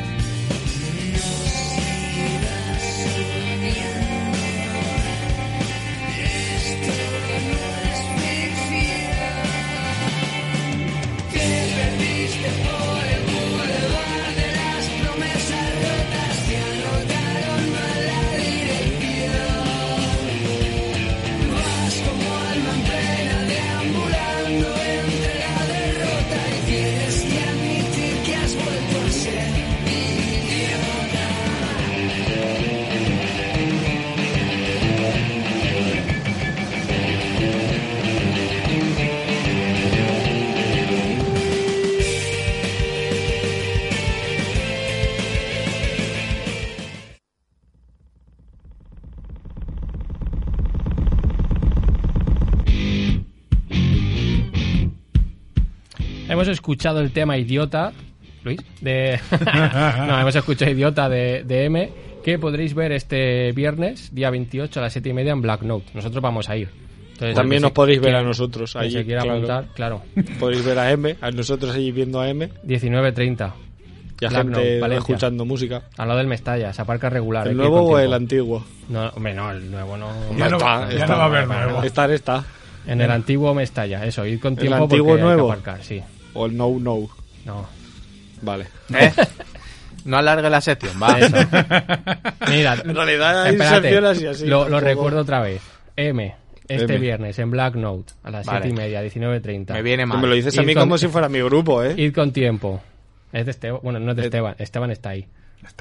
H: No sigas soñando, esto no es ficción. Te perdiste por el boulevard de las promesas rotas, te anotaron mal la dirección. Vas como alma en pena deambulando entre la derrota y tienes que admitir que has vuelto a ser idiota.
F: Hemos escuchado el tema Idiota, Luis, de... no, hemos escuchado Idiota de, de M, que podréis ver este viernes, día 28, a las 7 y media en Black Note. Nosotros vamos a ir. Entonces,
E: También
F: el que
E: nos
F: se-
E: podéis ver
F: que-
E: a nosotros
F: que
E: allí.
F: se quiera
E: claro.
F: apuntar, claro.
E: Podéis ver a M, a nosotros allí viendo a M
F: 19.30,
E: y a
F: Claro,
E: gente
F: Valencia.
E: escuchando música.
F: al lado del Mestalla, se aparca
E: ¿El
F: regular. hay que ir
E: nuevo
F: con
E: o el
F: tiempo.
E: antiguo?
F: No, hombre, no, el nuevo no...
C: Ya no va- ya no va a haber nuevo.
E: Estar está.
F: En el antiguo Mestalla, eso, ir con tiempo
E: antiguo
F: porque hay que
E: nuevo?
F: aparcar, sí.
E: O el no, no.
F: No,
E: Vale.
D: ¿Eh? No alargue la sección, va.
F: Eso. Mira,
E: Ah, En realidad hay
F: espérate,
E: secciones y así,
F: Lo, lo
E: tampoco.
F: recuerdo otra vez. M, este
E: M.
F: viernes en Black Note a las
D: Vale.
F: 7 y media, 19.30.
D: Me viene
E: Tú
D: mal.
E: me lo dices a
F: Y
E: mí
F: con-
E: como si fuera mi grupo, ¿eh?
F: Id con tiempo. Es de Esteban. Bueno, no es de Esteban. Esteban está ahí.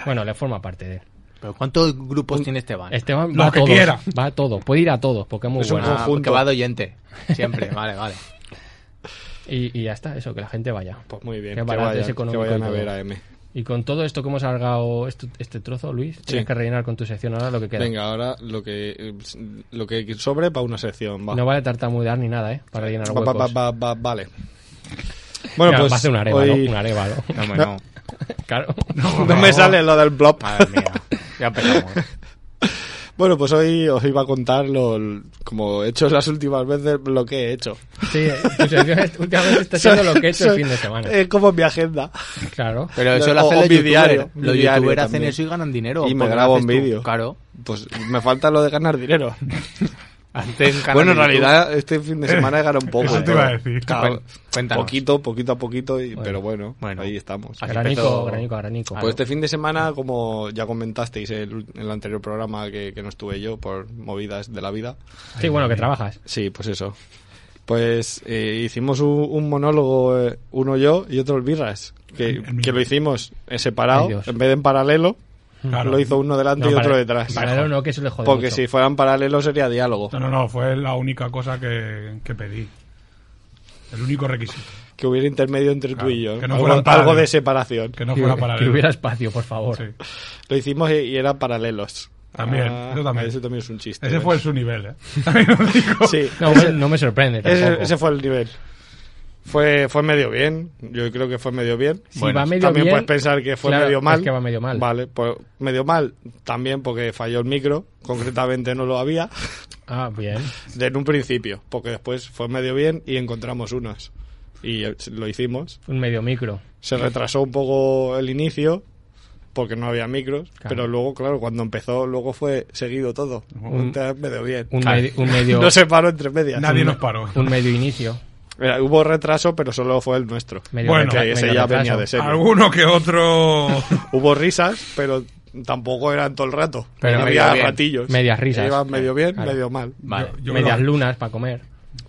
F: bueno, le forma parte de él.
D: ¿Pero cuántos grupos tiene este Esteban?
F: Esteban
C: Lo
F: va a
C: que
F: todos.
C: quiera.
F: Va a todos. Puede ir a todos porque es muy
E: Es un
F: bueno.
D: Ah,
E: conjunto.
D: porque va de oyente. Siempre, vale, vale.
F: Y, y ya está, eso, que la gente vaya.
E: Pues muy bien.
F: Qué
E: Que
F: barato
E: vayan,
F: es
E: que
F: económico
E: vayan
F: y
E: a
F: todo.
E: ver a M.
F: Y con todo esto que hemos alargado esto- este trozo, Luis, tienes que rellenar con tu sección ahora lo que queda.
E: Venga, ahora lo que, lo que sobre para una sección. Va.
F: No vale tartamudear ni nada, ¿eh? Para rellenar
E: Va,
F: huecos.
E: va, va, va, va, vale. Bueno,
F: Mira,
E: pues.
F: va a ser un arévalo,
E: hoy-
F: un arévalo.
D: No, hombre, no.
F: claro.
E: No me sale lo del blob.
D: Madre mía. Ya empezamos.
E: Bueno, pues hoy os iba a contar, lo, como he hecho las últimas veces, lo que he hecho.
F: Sí, eh, tu sección es- últimamente está siendo lo que he hecho
E: Soy-
F: el
E: eh,
F: fin de semana.
E: Es como mi agenda.
F: Claro.
D: Pero eso
E: No,
D: lo
E: o- o
D: hacen los
E: mi diario,
D: youtubers.
E: mi
D: Los
E: diario
D: youtubers hacen
E: también.
D: eso y ganan dinero.
E: Y me
D: porque lo
E: grabo
D: haces
E: en
D: tú.
E: vídeo.
D: Claro.
E: Pues me falta lo de ganar dinero.
D: Antes ganan
E: bueno, en
D: YouTube.
E: realidad, este fin de semana he ganado un poco.
C: Eso te
E: pero-
C: iba a decir.
E: Claro,
D: Cuéntanos.
E: poquito, poquito a poquito, y- pero bueno,
D: Bueno.
E: ahí estamos.
D: Así
F: Granico,
D: empezó-
F: granico, granico.
E: Pues este fin de semana, como ya comentasteis el- en el anterior programa que, que no estuve yo por movidas de la vida,
F: Sí, bueno, que trabajas.
E: sí, pues eso. Pues eh, hicimos un, un monólogo, eh, uno yo y otro el Birras, que,
C: El mío.
E: que lo hicimos eh,
F: Ay,
E: separado,
F: Dios.
E: en vez de en paralelo,
C: Claro.
E: lo hizo uno delante y otro
F: para-
E: detrás.
F: Para él no, que eso le jode
E: Porque
F: mucho.
E: si fueran paralelo sería diálogo,
C: No, no, no, fue la única cosa que, que pedí. El único requisito.
E: que hubiera intermedio entre tú
C: Claro,
E: y yo,
C: que no
E: algo,
C: fueran paralelos.
E: algo de separación.
C: Que no
F: Que-
C: fuera
F: que,
C: para
F: hubiera espacio, por favor.
C: Sí.
E: Lo hicimos y, y eran paralelos. Ah,
C: También, eso también.
E: Ese también es un chiste.
C: Ese
E: ¿ves?
C: fue su nivel, ¿eh? También lo digo.
E: Sí,
F: No,
E: ese-
F: me- no me sorprende
E: Ese,
F: tampoco.
E: ese fue el nivel. Fue, fue medio bien. Yo creo que fue medio bien.
F: Si va medio
E: también
F: bien,
E: puedes pensar que fue
F: claro,
E: medio mal.
F: es que va medio mal.
E: Vale, pues medio mal también porque falló el micro. Concretamente no lo había
F: Ah, bien.
E: en un principio. Porque después fue medio bien y encontramos unos. Y eh, lo hicimos.
F: Un medio micro.
E: Se retrasó un poco el inicio porque no había micros.
F: Claro.
E: Pero luego, claro, cuando empezó, luego fue seguido todo.
F: Un-
E: Entonces, medio bien.
F: Un, medi- un medio.
E: No se paró entre medias.
C: Nadie nos paró.
F: Un medio inicio.
E: Mira, hubo retraso, pero solo fue el nuestro.
F: Medio
C: Bueno,
F: retra-
E: que ese
F: medio
E: ya
F: retraso.
E: venía de serio.
C: Alguno que otro.
E: Hubo risas, pero tampoco eran todo el rato.
D: Pero
E: había
D: medio bien.
E: ratillos.
F: Medias risas.
E: Iban medio bien,
F: Claro.
E: medio mal.
D: Vale.
C: Yo
F: Medias
C: lo-
F: lunas para comer.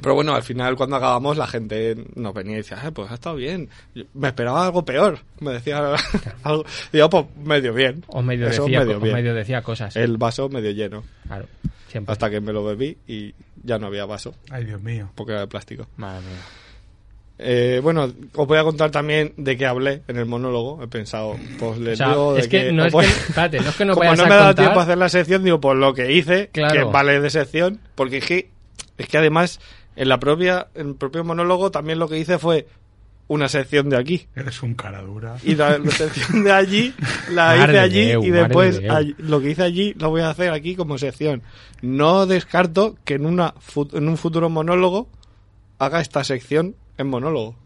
E: Pero bueno, al final cuando acabamos la gente nos venía y decía, "Ah, pues ha estado bien. Yo- me esperaba algo peor. Me decía algo. Digo, pues medio bien.
F: O medio,
E: Eso
F: decía,
E: medio
F: o
E: bien.
F: medio decía cosas.
E: El vaso medio lleno.
F: Claro, siempre.
E: Hasta que me lo bebí y ya no había vaso,
C: Ay, Dios mío.
E: porque era de plástico.
D: Madre mía.
E: Eh, bueno, os voy a contar también de qué hablé en el monólogo. He pensado, pues
F: O
E: les
F: sea,
E: digo de
F: es que
E: qué-
F: no
E: os
F: es
E: voy-
F: que, espérate, Este, no es que no
E: Como
F: vayas
E: no
F: a
E: me ha dado
F: contar-
E: tiempo a hacer la sección, digo, pues lo que hice,
F: Claro.
E: que vale de sección, porque es que, es que además en la propia en el propio monólogo también lo que hice fue una sección de aquí
C: Eres un cara dura.
E: y la, la sección de allí la
F: Madre
E: hice allí
F: de Déu,
E: y
F: madre
E: después
F: de Déu.
E: all- lo que hice allí lo voy a hacer aquí como sección. No descarto que en una fut- en un futuro monólogo haga esta sección en monólogo.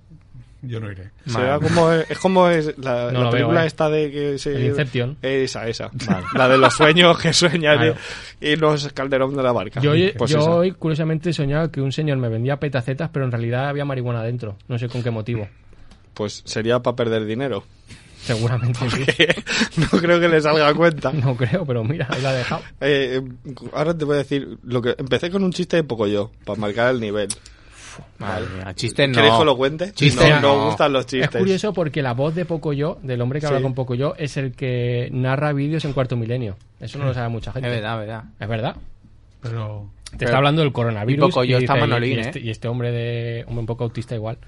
C: Yo no iré.
E: Será como es como es la, la
F: No lo veo,
E: película
F: eh.
E: esta de que se
F: El Inception.
E: Esa, esa. La de los sueños que sueñan
F: Claro.
E: y los Calderón de la barca.
F: Yo, hoy-
E: Pues
F: yo
E: esa.
F: hoy, curiosamente, soñaba que un señor me vendía petacetas, pero en realidad había marihuana dentro. No sé con qué motivo.
E: Pues sería para perder dinero.
F: Seguramente sí.
E: no creo que le salga a cuenta.
F: No creo, pero mira, ahí la he dejado.
E: Eh, eh, ahora te voy a decir lo que empecé con un chiste de poco yo para marcar el nivel.
D: Madre mía. Chistes no.
E: ¿Quieres que lo cuente?
D: Chiste
E: no, no
D: no.
E: gustan los chistes.
F: Es curioso porque la voz de Pocoyo, del hombre que habla
E: Sí.
F: con Pocoyo, es el que narra vídeos en Cuarto Milenio. Eso no lo sabe mucha
D: Mm. Es
F: gente.
D: verdad, verdad.
F: Es verdad.
C: Pero.
F: Te está hablando del coronavirus.
D: Y Pocoyo está Manolín,
F: y este,
D: ¿eh?
F: y este hombre de hombre un poco autista igual.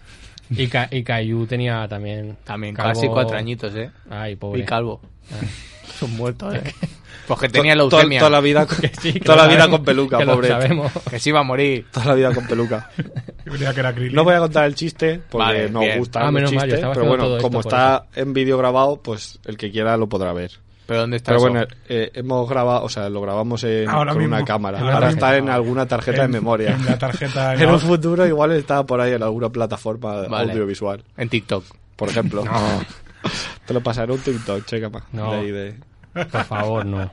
F: Y, Ca- y Caillou tenía también...
D: También
F: calvo-
D: casi cuatro añitos, ¿eh?
F: Ay, pobre.
D: Y calvo. Son muertos, ¿eh? Porque
E: To-
D: tenía
E: to-
D: leucemia.
E: Toda la vida con,
F: Que sí, que
E: toda
F: lo
E: la vida
F: sabemos,
E: con peluca,
F: que lo
E: pobre.
F: sabemos.
D: Que se iba a morir.
E: Toda la vida con peluca.
C: Yo creía que era acrílico.
E: No voy a contar el chiste porque
D: Vale,
E: no
D: bien.
E: gusta
F: Ah,
E: el
F: menos mal, yo
E: chiste,
F: estaba
E: pero
F: haciendo
E: bueno,
F: todo esto
E: como
F: por
E: está en vídeo grabado, pues el que quiera lo podrá ver.
D: Pero ¿dónde está
E: Pero
D: eso?
E: bueno, eh, hemos grabado, o sea, lo grabamos en-
C: Ahora
E: con una
C: mismo.
E: cámara.
C: Ahora
E: Ahora
C: mismo.
E: está en alguna tarjeta
C: En-
E: de memoria.
C: En la tarjeta. en
E: En
C: la-
E: un futuro igual está por ahí en alguna plataforma
D: Vale.
E: audiovisual,
D: En TikTok.
E: por ejemplo. Te lo pasaré un TikTok, checa más.
F: No.
E: De ahí de-
F: Por favor, no.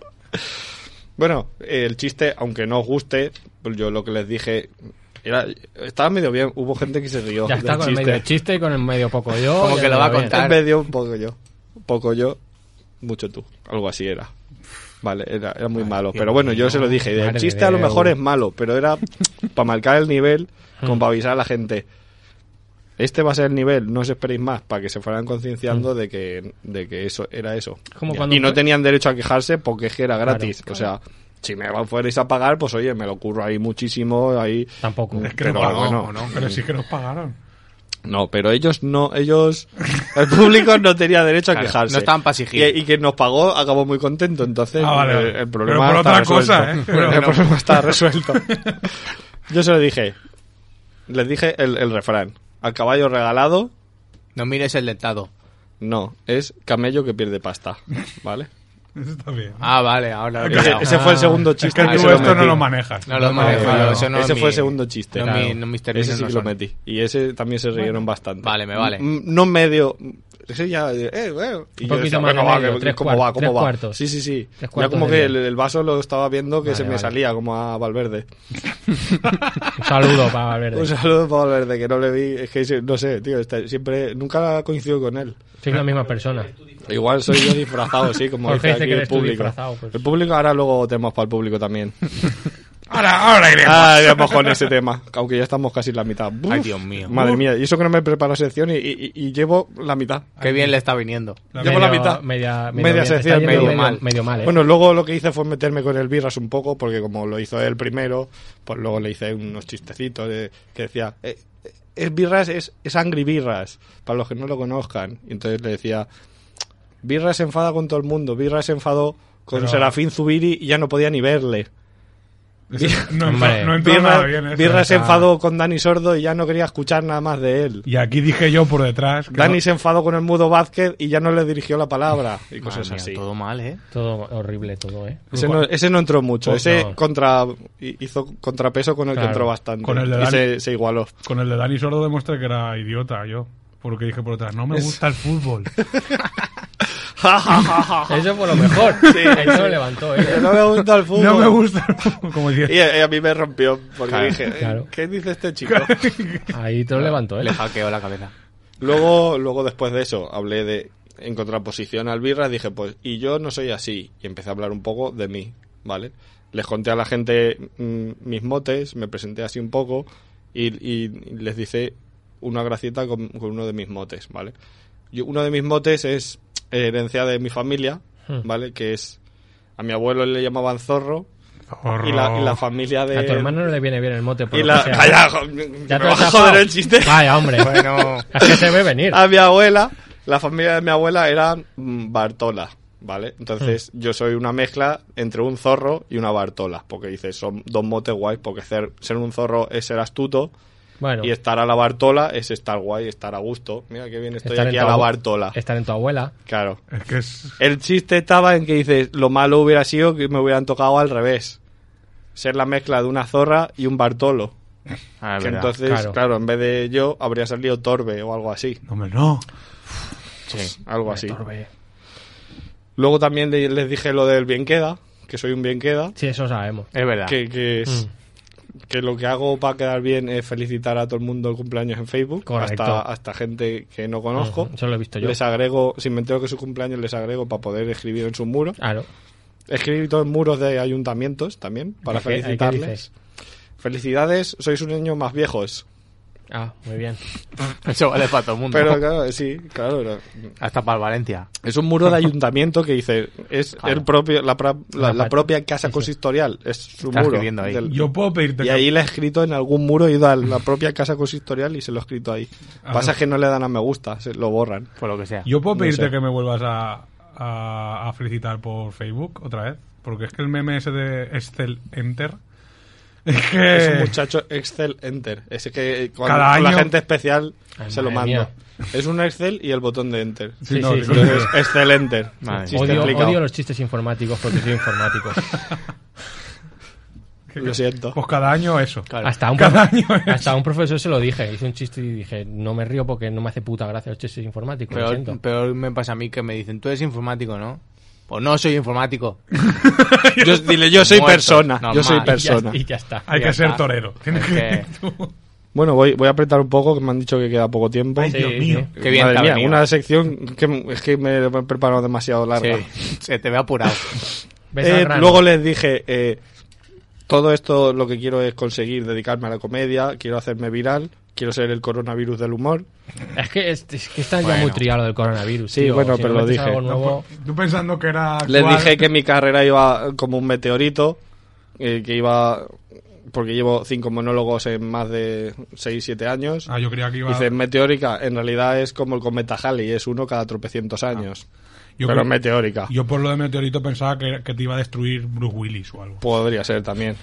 E: Bueno, eh, el chiste, aunque no os guste, pues yo lo que les dije era, estaba medio bien, hubo gente que se rió
F: Ya está
E: del
F: con el medio chiste y con el medio Pocoyo.
D: Como
F: ya
D: que lo
F: me
D: va a
F: bien.
D: contar.
E: En medio un poco yo. Un poco yo, mucho tú. Algo así era. Vale, era, era muy malo. Pero bueno, yo se lo dije. El
F: Madre eh,
E: chiste a lo
F: de
E: mejor
F: Déu.
E: es malo, pero era para marcar el nivel,
F: Mm.
E: como para avisar a la gente. Este va a ser el nivel, no os esperéis más, para que se fueran concienciando de que, de que eso era eso.
F: Mm. Como
E: Ya.
F: cuando
E: y
F: un
E: no
F: pre-
E: tenían derecho a quejarse porque es que era gratis.
F: Claro,
E: O sea, si me va- fuerais a pagar, pues oye, me lo curro ahí muchísimo, ahí
F: Tampoco.
C: Es que
E: Pero
C: nos pagaron.
E: bueno, no.
C: Pero sí que nos pagaron.
E: No, pero ellos no, ellos, el público no tenía derecho a
D: Claro,
E: quejarse.
D: no estaban pa' exigir.
E: Y, y quien nos pagó acabó muy contento, entonces
C: Ah, vale,
E: el,
C: vale.
E: el problema
C: Pero por otra
E: está
C: cosa,
E: resuelto.
C: ¿eh? Pero
E: el
C: no.
E: problema está resuelto. Yo se lo dije, les dije el, el refrán, al caballo regalado,
D: No mires el dentado.
E: no, es camello que pierde pasta, ¿vale?
C: Eso está bien.
D: Ah, vale, ahora. lo he
E: Ese,
D: pillado.
E: ese fue el segundo
C: Es que
E: chiste.
D: Ah,
E: que
C: tú
E: se lo
C: esto no
E: metí.
C: lo manejas.
D: No lo
C: No,
D: manejo
C: no,
D: yo,
C: no.
D: Ah, eso no
E: ese
D: es
E: fue
D: mi-
E: el segundo chiste.
D: No, mi- no, mis
E: ese
D: términos
E: sí
D: no
E: que lo
D: son.
E: metí. Y ese también se rieron bastante.
D: Vale, me vale.
E: Mm, No medio. Ese ya. eh, eh, y
F: Un
E: yo
F: poquito
E: decía,
F: más de
E: "Venga, va,
F: medio,
E: que-
F: tres
E: ¿cómo
F: cuart-
E: va? ¿Cómo
F: tres
E: va?".
F: cuartos.
E: Sí, sí, sí.
F: Tres
E: Ya
F: cuartos
E: como
F: de
E: que el,
F: medio.
E: el vaso lo estaba viendo que
F: Vale,
E: se me
F: vale.
E: salía como a Valverde.
F: Un saludo para Valverde.
E: Un saludo para Valverde, que no le vi. Es que no sé, tío. está- siempre. Nunca coincido con él.
F: Soy la misma persona.
E: Igual soy yo disfrazado, sí, como
F: Jorge
E: dice
F: dice
E: aquí
F: que
E: el
F: eres tú
E: público.
F: disfrazado, pues.
E: El público, ahora luego temas para el público también.
C: Ahora, ahora iremos.
E: Ah, ya vamos con ese tema, aunque ya estamos casi en la mitad. Buf,
D: Ay, Dios mío.
E: Madre mía, y eso que no me preparo sección y, y- y llevo la mitad.
D: Ah, Qué bien le está viniendo.
C: La
E: llevo
C: medio-
E: la mitad.
F: Media, medio
E: Media
F: bien. Está
E: sección,
F: yendo
E: medio
D: mal.
F: Medio mal, ¿eh?
E: Bueno, luego lo que hice fue meterme con el Birras un poco, porque como lo hizo él primero, pues luego le hice unos chistecitos de- que decía, eh, eh, es Birras, es, es Angry Birras, para los que no lo conozcan. Y entonces le decía, Birras se enfada con todo el mundo, Birras se enfadó con
C: Pero-
E: Serafín Zubiri y ya no podía ni verle.
C: Eso No entra,
F: Hombre.
C: no entra nada
E: Birra,
C: bien eso. ¿eh?
E: Birra se
F: está-
E: enfadó con Dani Sordo y ya no quería escuchar nada más de él.
C: Y aquí dije yo por detrás. que
E: Dani
C: no-
E: se enfadó con el mudo Vázquez y ya no le dirigió la palabra y
D: Madre
E: cosas
D: mía,
E: así.
D: Todo mal, ¿eh?
F: Todo horrible, todo, ¿eh?
E: Ese no, ese no entró mucho,
F: Pues
E: ese
F: no.
E: contra, hizo contrapeso con el que
F: Claro,
E: entró bastante
C: con el de
E: y
C: Dani.
E: se, se igualó.
C: Con el de Dani Sordo demuestra que era idiota yo. Porque dije por detrás, no me gusta el fútbol.
F: Eso fue lo mejor. Ahí se lo levantó, ¿eh?
E: no me gusta el fútbol.
C: No me gusta el fútbol. Como
E: Y, eh,
C: decía,
E: y a mí me rompió porque
D: Claro.
E: dije, eh,
F: Claro.
E: ¿qué dice este chico?
F: Ahí te lo levantó, ¿eh?
D: Le hackeo la cabeza.
E: luego, luego después de eso hablé de en contraposición al Birra, dije pues y yo no soy así y empecé a hablar un poco de mí, ¿vale? Les conté a la gente mm, mis motes, me presenté así un poco y, y les hice una gracieta con, con uno de mis motes, ¿vale? Yo- uno de mis motes es herencia de mi familia,
F: Hmm.
E: ¿vale? Que es a mi abuelo le llamaban zorro
C: zorro.
E: y la, y la familia de
F: A tu hermano no le viene bien el mote, por
E: Eh, y
F: lo
E: la
F: que sea.
E: Calla, jo- que me
F: Ya te lo
E: vas a
F: has
E: joder
F: zafado.
E: el chiste Ah,
F: Vaya, hombre.
D: Bueno,
F: Es que se ve venir.
E: a mi abuela, la familia de mi abuela era mm, Bartola, ¿vale? Entonces
F: Mm.
E: yo soy una mezcla entre un zorro y una Bartola, porque dices, son dos motes guays, porque ser, ser un zorro es ser astuto
F: Bueno,
E: y estar a la Bartola es estar guay, estar a gusto. Mira qué bien estoy
F: estar en
E: aquí
F: tu
E: a la
F: abu-
E: Bartola.
F: Estar en tu abuela.
E: Claro.
C: Es que es.
E: El chiste estaba en que dices, lo malo hubiera sido que me hubieran tocado al revés. Ser la mezcla de una zorra y un Bartolo.
D: Ah, es
E: que
D: verdad.
E: entonces,
F: claro.
E: claro, en vez de yo, habría salido Torbe o algo así.
C: No, hombre, no.
D: Sí.
E: Algo así.
F: Torbe.
E: Luego también le- les dije lo del bien queda, que soy un bien queda,
F: Sí, eso sabemos.
D: Es verdad.
E: que, que es-
F: Mm.
E: que lo que hago para quedar bien es felicitar a todo el mundo el cumpleaños en Facebook,
F: Correcto.
E: hasta, hasta gente que no conozco.
F: Ujú, Eso lo he visto yo.
E: Les agrego, si me entero que es su cumpleaños, les agrego para poder escribir en sus muros.
F: Claro.
E: He escrito en muros de ayuntamientos también, para
F: ¿Qué- qué
E: felicitarles.
F: dices?
E: Felicidades, sois un niño más viejos.
F: Ah, muy bien.
D: Eso vale para todo el mundo.
E: Pero claro, sí, claro. era-
D: Hasta para el Valencia.
E: Es un muro de ayuntamiento que dice, es
D: Claro.
E: el propio, la, pra- la- la
F: pat-
E: propia casa
F: sí, sí.
E: consistorial, es su
D: Está
E: muro.
D: escribiendo ahí.
C: Yo puedo pedirte
E: Y
C: que-
E: ahí la he escrito en algún muro, he ido a la propia casa consistorial y se lo he escrito ahí. Pasa es que no le dan a me gusta, se lo borran.
D: Por lo que sea.
C: Yo puedo
E: No
C: pedirte
E: sé.
C: que me vuelvas a, a, a felicitar por Facebook otra vez. Porque es que el meme ese de Excel Enter. Es que.
E: Es un muchacho Excel Enter. Ese que eh, cuando
C: Eh. Cada
E: con la
C: año-
E: gente especial
F: Ay,
E: se lo
F: madre
E: mando.
F: mía.
E: Es un Excel y el botón de Enter.
C: Sí,
F: Sí,
C: no,
F: sí,
C: sí,
F: sí.
C: sí.
E: Entonces, Excel Enter.
D: Madre
E: Chiste
D: Sí, mía.
F: Odio,
E: explicado.
F: odio los chistes informáticos porque soy informático.
E: Lo siento.
C: Pues cada año eso.
D: Claro.
F: Hasta un,
C: Cada
F: profe-
C: año es.
F: hasta a un profesor se lo dije. Hice un chiste y dije, no me río porque no me hace puta gracia los chistes informáticos. lo
D: Peor,
F: siento.
D: peor me pasa a mí que me dicen, tú eres informático, ¿no? Pues no soy informático. yo, dile,
E: yo soy persona, yo soy
F: Y ya-
E: persona.
F: Y ya está.
C: Hay
D: Ya
C: que ser
D: está.
C: torero. Tienes que.
D: Es
E: Bueno, voy, voy a apretar un poco, que me han dicho que queda poco tiempo.
C: Ay, Dios
F: sí,
C: mío.
D: Qué bien
E: Madre
D: te ha
E: mía,
D: venido.
E: una sección que m- es que me he preparado demasiado larga.
D: Sí, se te ve apurado.
F: Ves
E: Eh,
F: al rano.
E: luego les dije, eh, todo esto lo que quiero es conseguir dedicarme a la comedia, quiero hacerme viral, quiero ser el coronavirus del humor.
F: Es que, es, es que está ya
D: Bueno.
F: muy triado lo del coronavirus.
E: Sí,
F: tío.
E: bueno,
F: Si
E: pero
F: le
E: lo
F: metes
E: dije.
F: algo nuevo-
C: Tú pensando que era.
E: Les
C: actual,
E: dije que mi carrera iba como un meteorito, eh, que iba... Porque llevo cinco monólogos en más de 6-7 años.
C: Ah, yo creía que iba.
E: Dice, meteórica, en realidad es como el cometa Halley, es uno cada tropecientos años.
C: Ah, yo,
E: pero
C: creo-
E: meteórica.
C: yo por lo de meteorito pensaba que, que te iba a destruir Bruce Willis o algo.
E: Podría ser también.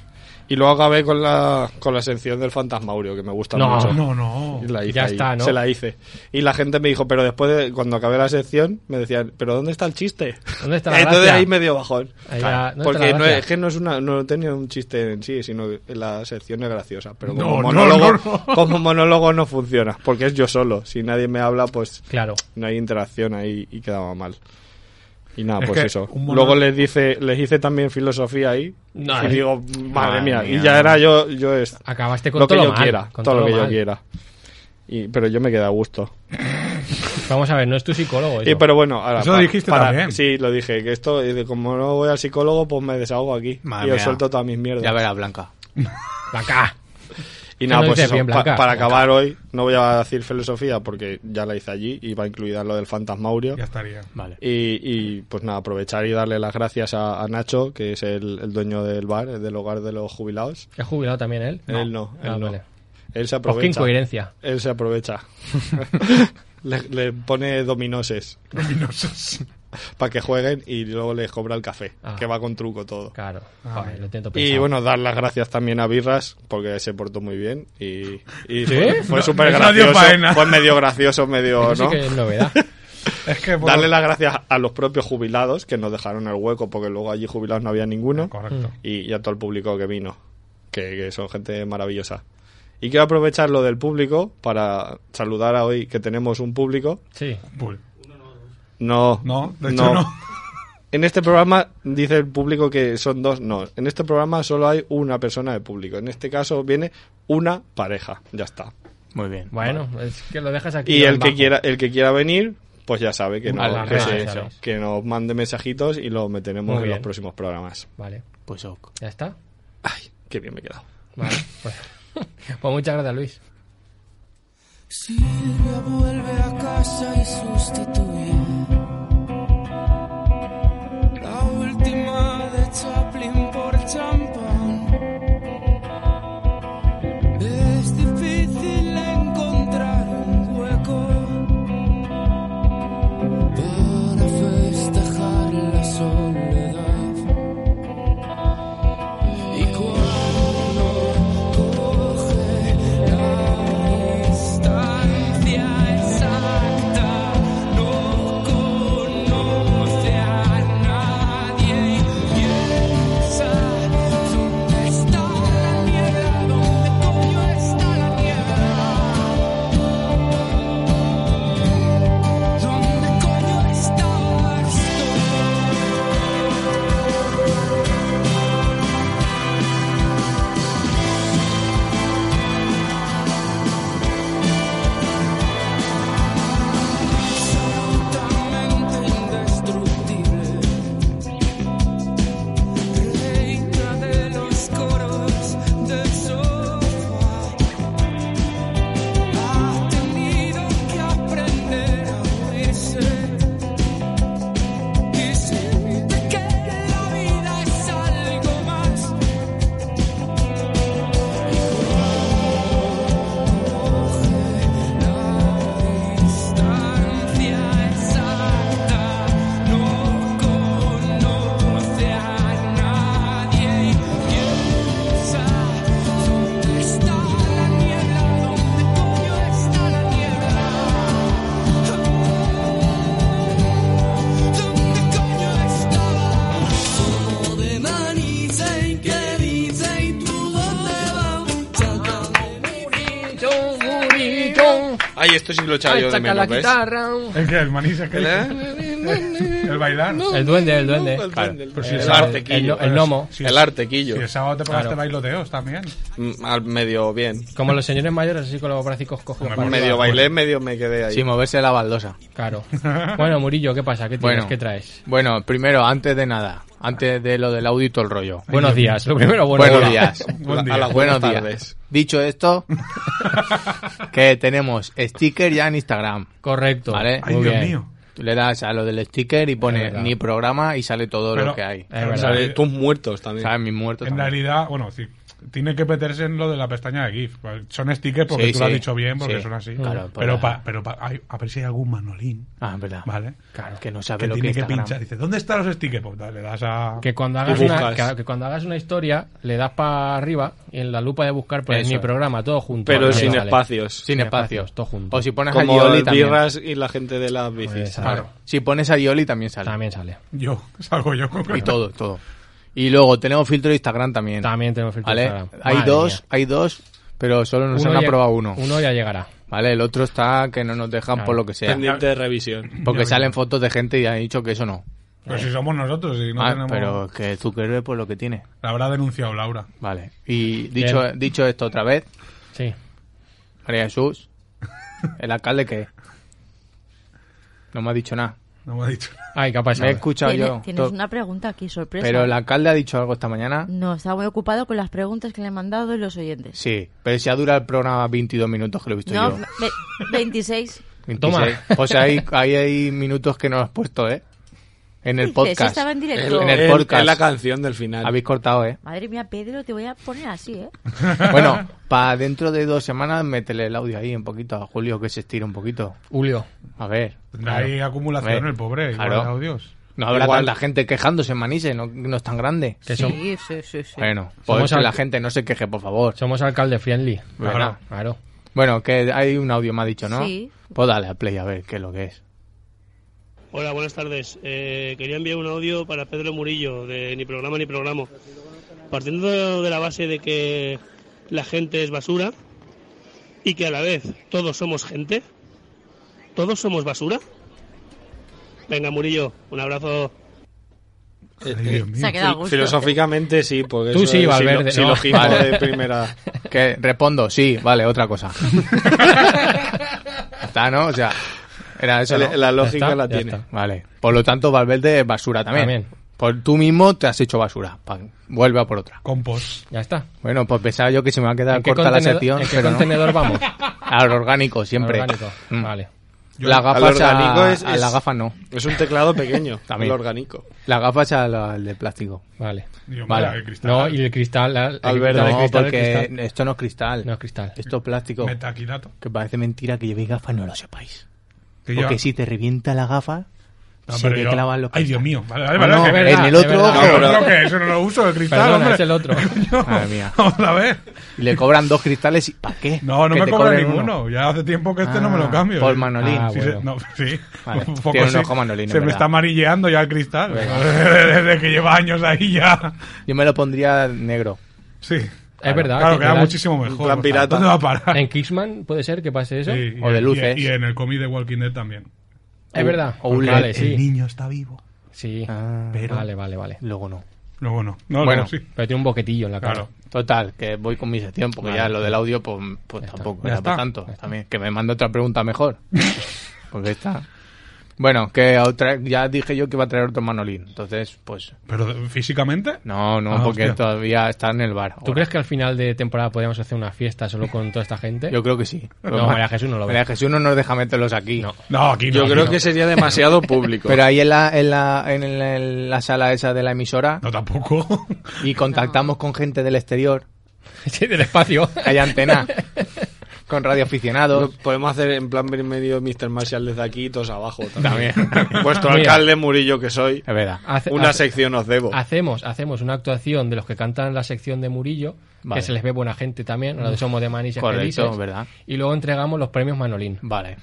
E: Y luego acabé con la, con la sección del fantasmaurio, que me gusta
F: No,
E: mucho.
C: No, no.
E: Y la hice
F: Ya
E: ahí,
F: está, ¿no?
E: Se la hice. Y la gente me dijo, pero después, de, cuando acabé la sección, me decían, ¿pero dónde está el chiste?
F: ¿Dónde está la
E: Entonces
F: gracia?
E: ahí me dio bajón.
F: Ahí la- ¿dónde está
E: Porque
F: la
E: no
F: gracia?
E: es, es que no es una, no tenía un chiste en sí, sino que la sección es graciosa. Pero
C: No,
E: como,
C: no,
E: monólogo,
C: no, no.
E: como monólogo no funciona, porque es yo solo. Si nadie me habla, pues
F: Claro.
E: no hay interacción ahí y quedaba mal. Y nada,
C: Es
E: pues
C: que
E: eso.
C: un monólogo-
E: Luego les dice, les hice también filosofía ahí.
F: No,
E: y
F: eh.
E: digo, madre
D: Madre
E: mía.
D: mía.
E: Y ya era yo, yo es
F: Acabaste con
E: lo que
F: todo
E: yo
F: lo mal,
E: quiera,
F: con
E: todo lo que yo
F: mal.
E: quiera. Y, pero yo me quedé a gusto.
F: Vamos a ver, no es tu psicólogo.
E: Y,
F: eso.
E: pero bueno, ahora.
C: Eso
E: pa-
C: dijiste también.
E: Sí, lo dije. Que esto, y de como no voy al psicólogo, pues me desahogo aquí.
D: Madre
E: y os
D: mía.
E: suelto todas mis mierdas.
D: Ya verás, Blanca.
F: Blanca.
E: Y
F: Que
E: nada,
F: no
E: pues
F: dices
E: eso,
F: bien,
E: pa-
F: Blanca.
E: para
F: Blanca.
E: acabar hoy, no voy a decir filosofía porque ya la hice allí y va incluida lo del fantasmaurio.
C: Ya estaría.
D: Vale.
E: Y, y, pues nada, aprovechar y darle las gracias a, a Nacho, que es el, el dueño del bar, del hogar de los jubilados.
F: ¿Es jubilado también él?
E: Él no, él
F: Ah,
E: no.
F: vale.
E: Él se
F: Pues qué
E: aprovecha.
F: incoherencia.
E: él se aprovecha. le, le pone dominoses
C: Luminosos.
E: para que jueguen y luego les cobra el café,
F: Ah.
E: que va con truco todo.
F: Claro.
C: Ah,
F: Joder,
C: vale.
F: lo intento
E: Y
F: pensar.
E: bueno, dar las gracias también a Birras, porque se portó muy bien. Y, y fue, fue
C: No,
E: súper
C: no dio
E: gracioso.
C: faena.
E: Fue medio gracioso, medio,
F: Eso sí
E: ¿no?
F: que es novedad.
C: Es que. por-
E: Darle las gracias a los propios jubilados, que nos dejaron el hueco, porque luego allí jubilados no había ninguno.
C: Correcto.
E: y, y a todo el público que vino, que, que son gente maravillosa. Y quiero aprovechar lo del público para saludar a hoy que tenemos un público.
F: Sí.
E: Mm.
C: Bull.
E: No,
C: No, de hecho no.
E: En este programa dice el público que son dos, no. En este programa solo hay una persona de público. En este caso viene una pareja, ya está.
D: Muy bien.
F: Bueno, es que lo dejas aquí.
E: Y el
F: en
E: que
F: bajo.
E: quiera, el que quiera venir, pues ya sabe que, no,
D: A las
E: que,
D: redes
E: se-
F: sociales.
E: que nos mande mensajitos y lo meteremos
F: Muy
E: en los
F: bien.
E: próximos programas.
F: Vale.
D: Pues ok.
F: ¿Ya está?
E: Ay, qué bien me he quedado.
F: Vale. Pues, pues muchas gracias, Luis.
G: Silvia vuelve a casa y sustituye la última de Chaplin por champán. Es difícil encontrar un hueco para festejar la soledad. Y cuando coge la distancia exacta, no conoce a nadie y piensa: ¿dónde está la niebla? ¿Dónde coño está la niebla? ¿Dónde coño está esto? absolutamente indestructible. Reina de los coros del sofá. Ha tenido que aprender a oírse. Y siente que la vida es algo más. distancia exacta no conoce a nadie y piensa ¿Dónde está la niebla? ¿Dónde coño está la niebla? ¿Dónde coño está? Como de maní y que dice y tú dónde vas
E: Ay, esto sí lo he echado yo de
F: Saca la
E: menos, ¿ves?
F: guitarra.
C: Es que el maní se cae.
E: ¿Eh?
C: El bailar.
F: El duende, el duende.
E: No, el
F: Claro.
E: duende, el-
C: Pero si
E: el
C: es-
E: arte,
F: El,
E: Quillo.
F: el gnomo.
C: Si
E: el
C: es-
E: arte, Quillo.
C: Si el sábado te pegaste
F: Claro.
C: bailoteos también.
E: Mm, Al medio bien.
F: Como los señores mayores, así con los brazos cogidos. para arriba.
E: Medio bailé, medio me quedé ahí.
D: Sin moverse de la baldosa.
F: Claro. Bueno, Murillo, ¿qué pasa? ¿Qué tienes?
D: Bueno.
F: ¿Qué traes?
D: Bueno, primero, antes de nada, antes de lo del audio y todo el rollo.
F: Buenos días. Lo primero, buenos,
D: Buenos días.
C: Buen
E: A
C: día.
E: las
D: Buenos
E: buenas
D: días.
E: tardes.
D: Dicho esto, que tenemos sticker ya en Instagram.
F: Correcto.
D: Vale.
C: Ay,
F: Muy
C: Dios
F: bien.
C: mío.
D: Tú le das a lo del sticker y pone
F: verdad.
D: ni programa y sale todo
C: Pero-
D: lo que hay.
F: Es
E: O
F: verdad.
E: sea, de tus muertos también.
D: ¿Sabes? Mis muertos.
C: eh, En
D: también.
C: realidad, bueno, sí. Tiene que meterse en lo de la pestaña de GIF. Son stickers porque
D: Sí,
C: tú lo has
D: sí.
C: dicho bien, porque
D: Sí.
C: son así.
D: Claro,
F: pues
D: por
C: pero
D: la-
C: pa- pero pa- hay- a ver si hay algún manolín.
D: Ah, en verdad.
C: Vale.
D: Claro, que no sabe
C: que
D: lo
C: tiene que
D: Instagram.
C: pinchar. Dice, ¿dónde están los stickers? Pues le das a.
F: Que cuando
E: Y
F: hagas una,
E: buscas.
F: claro, que cuando hagas una historia, le das para arriba y en la lupa de buscar pues
D: Eso
F: mi
D: es.
F: programa, todo junto.
E: Pero
F: Ahí
E: sin
F: sale.
E: espacios.
D: Sin espacios,
F: todo junto.
D: O si pones a
E: Como
D: Yoli
E: el
D: también.
E: birras y la gente de las bicis.
F: Pues,
D: Claro. Si pones a Yoli también sale.
F: También sale.
C: Yo, salgo yo con
D: Y todo, todo. Y luego tenemos filtro de Instagram también.
F: También tenemos filtro
D: ¿Vale?
F: de Instagram.
D: Hay
F: Madre
D: dos,
F: mía.
D: hay dos, pero solo nos han
F: ya-
D: aprobado uno.
F: Uno ya llegará.
D: ¿Vale? El otro está que no nos dejan
F: Claro.
D: por lo que sea.
E: Pendiente de revisión.
D: Porque salen fotos de gente y han dicho que eso no.
C: Pero si somos nosotros y no
D: Ah,
C: tenemos.
D: Pero es que Zuckerberg por lo que tiene.
C: La habrá denunciado Laura.
D: Vale. Y dicho,
F: Bien.
D: dicho esto otra vez,
F: Sí.
D: María Jesús, el alcalde que no me ha dicho nada.
C: No me ha dicho nada.
F: Ay, capaz.
D: Me he escuchado
H: Tiene-
D: yo.
H: tienes
D: to-
H: una pregunta aquí, sorpresa.
D: Pero el alcalde ha dicho algo esta mañana.
H: No, está muy ocupado con las preguntas que le han mandado los oyentes.
D: Sí, pero si ha durado el programa 22 minutos que lo he visto
H: No,
D: yo.
H: ve- 26.
D: 26.
F: Toma.
D: O sea, hay, hay, hay minutos que no has puesto, ¿eh? En el
H: Dices,
D: podcast.
H: estaba en directo.
D: En el podcast.
E: Es la canción del final.
D: Habéis cortado, ¿eh?
H: Madre mía, Pedro, te voy a poner así, ¿eh?
D: Bueno, para dentro de dos semanas métele el audio ahí un poquito a Julio que se estira un poquito.
F: Julio.
D: A ver.
C: Tendrá ahí acumulación
D: Hombre,
C: el pobre. Igual,
D: claro.
C: audios.
D: No habrá
E: Igual-
D: tanta gente quejándose, Manise, no, no es tan grande.
F: Que som-
H: Sí, sí, sí, sí.
D: Bueno,
F: Somos
D: pues que
F: al-
D: la gente no se queje, por favor.
F: somos alcalde friendly.
C: Pues
D: Bueno.
F: Claro. Claro.
D: Bueno, que hay un audio, me ha dicho, ¿no?
H: Sí.
D: Pues dale a play a ver qué es lo que es.
I: Hola, buenas tardes. Eh, quería enviar un audio para Pedro Murillo, de Ni Programa Ni Programa. Partiendo de la base de que la gente es basura y que a la vez todos somos gente, todos somos basura. Venga, Murillo, un abrazo.
E: Eh,
C: Ay,
E: eh,
C: Dios mío.
H: Se ha quedado a gusto.
E: Filosóficamente sí, porque
F: Tú
E: eso
F: sí,
E: es
F: Valverde,
E: silo-
F: no.
E: silogismo
D: Vale.
E: de primera.
D: Que respondo, sí, vale, otra cosa. Está, ¿no? O sea, era eso.
E: La,
D: ¿no?
E: la lógica
F: está,
E: la
F: ya
E: tiene.
F: está.
D: Vale. Por lo tanto, Valverde es basura también.
F: También.
D: Por tú mismo te has hecho basura. Pan. Vuelve a por otra.
C: Compost.
F: Ya está.
D: Bueno, pues pensaba yo que se me va a quedar
F: ¿En qué
D: corta la
F: contenedor-
D: sección,
F: en qué
D: pero no.
F: contenedor vamos?
D: Al orgánico, siempre.
F: Orgánico.
D: Mm.
F: Vale.
D: Las
E: Al
D: gafas a-
E: orgánico es-
D: a las
E: es-
D: gafas no.
E: Es un teclado pequeño,
D: También.
E: el orgánico.
D: Las gafas al, al de plástico.
F: Vale.
C: Dios mío,
D: Vale.
C: el cristal.
F: No, y el cristal. la- el
E: Al
F: cristal,
E: verde.
F: el
D: no,
F: cristal, el
D: porque
F: cristal.
D: esto no es cristal.
F: No es cristal.
D: Esto es plástico.
C: Metaquilato.
D: Que parece mentira que llevéis gafas, no lo sepáis.
C: Que
D: Porque
C: ya-
D: si te revienta la gafa,
C: No,
D: se
C: pero
D: te
C: yo-
D: clavan los
C: Ay, Dios
D: cristales.
C: mío. Vale, vale, vale.
F: No,
C: que-
F: es
D: en
F: verdad,
D: el
F: es
D: otro
F: verdad.
D: ojo.
C: No, pero que eso no lo uso, el cristal,
F: Perdona,
C: hombre.
F: es el otro.
C: No.
D: Madre mía.
C: Vamos a ver.
D: Y le cobran dos cristales y ¿para qué?
C: No, no
D: Que
C: me
D: te
C: cobra
D: cobren
C: ninguno. Ya hace tiempo que este no me lo
D: Ah,
C: cambio.
D: por
C: Sí,
D: Manolín.
F: Ah,
C: sí,
F: bueno.
C: se- no, sí.
D: Vale.
C: Un poco
D: Tiene un
C: sí.
D: ojo Manolín, es
C: Se me
D: verdad.
C: está amarilleando ya el cristal. Desde que lleva años ahí ya.
D: Yo me lo pondría negro.
C: Sí.
F: Es verdad.
C: claro,
F: que te
C: queda
F: dan-
C: muchísimo mejor.
E: plan
C: o sea,
E: pirata.
C: ¿Dónde va a parar?
F: En Kixman puede ser que pase eso.
C: Sí, y
D: o de
C: en-
D: luces.
C: Y, y en el cómic de Walking Dead también.
F: Es verdad.
D: o un
F: vale,
D: LED.
C: El
F: sí.
C: niño está vivo.
F: Sí.
D: Ah.
C: pero-
F: Vale, vale, vale.
D: Luego no.
C: No, bueno. No,
D: Bueno.
C: no, sí.
F: Pero tiene un boquetillo en la cara.
C: Claro.
D: Total, que voy con mi sección porque ya lo del audio pues, pues tampoco
C: Ya
D: era para
C: está.
D: tanto. También que me mande otra pregunta mejor. porque está. Bueno, que otra, ya dije yo que iba a traer otro manolín. Entonces, pues
C: Pero físicamente.
D: no, no,
C: Ah,
D: porque
C: hostia.
D: todavía está en el bar.
F: ¿Tú crees que al final de temporada podríamos hacer una fiesta solo con toda esta gente?
D: Yo creo que sí.
F: No, María Jesús no lo ve.
D: María Jesús no nos deja meterlos aquí.
F: No.
C: No, aquí no.
E: Yo
C: aquí
E: creo
C: no.
E: que sería demasiado público.
D: Pero ahí en la, en la, en la, en la sala esa de la emisora
C: No, tampoco.
D: y contactamos con gente del exterior,
F: sí, del espacio.
D: que hay antena, con
E: Lo
D: radioaficionados.
E: podemos hacer en plan medio Mr. Marshall desde aquí y todos abajo también.
D: También.
E: Vuestro
F: Mira.
E: alcalde Murillo que soy,
D: Es
C: Ah,
D: verdad.
F: Hace-
E: una
F: hace-
E: sección os debo.
F: Hacemos, hacemos una actuación de los que cantan la sección de Murillo,
D: Vale. Mm.
F: que se les ve buena gente también, los de Somos de Manises
D: Correcto,
F: Felices,
D: ¿verdad? Ah,
F: y luego entregamos los premios Manolín.
D: Vale.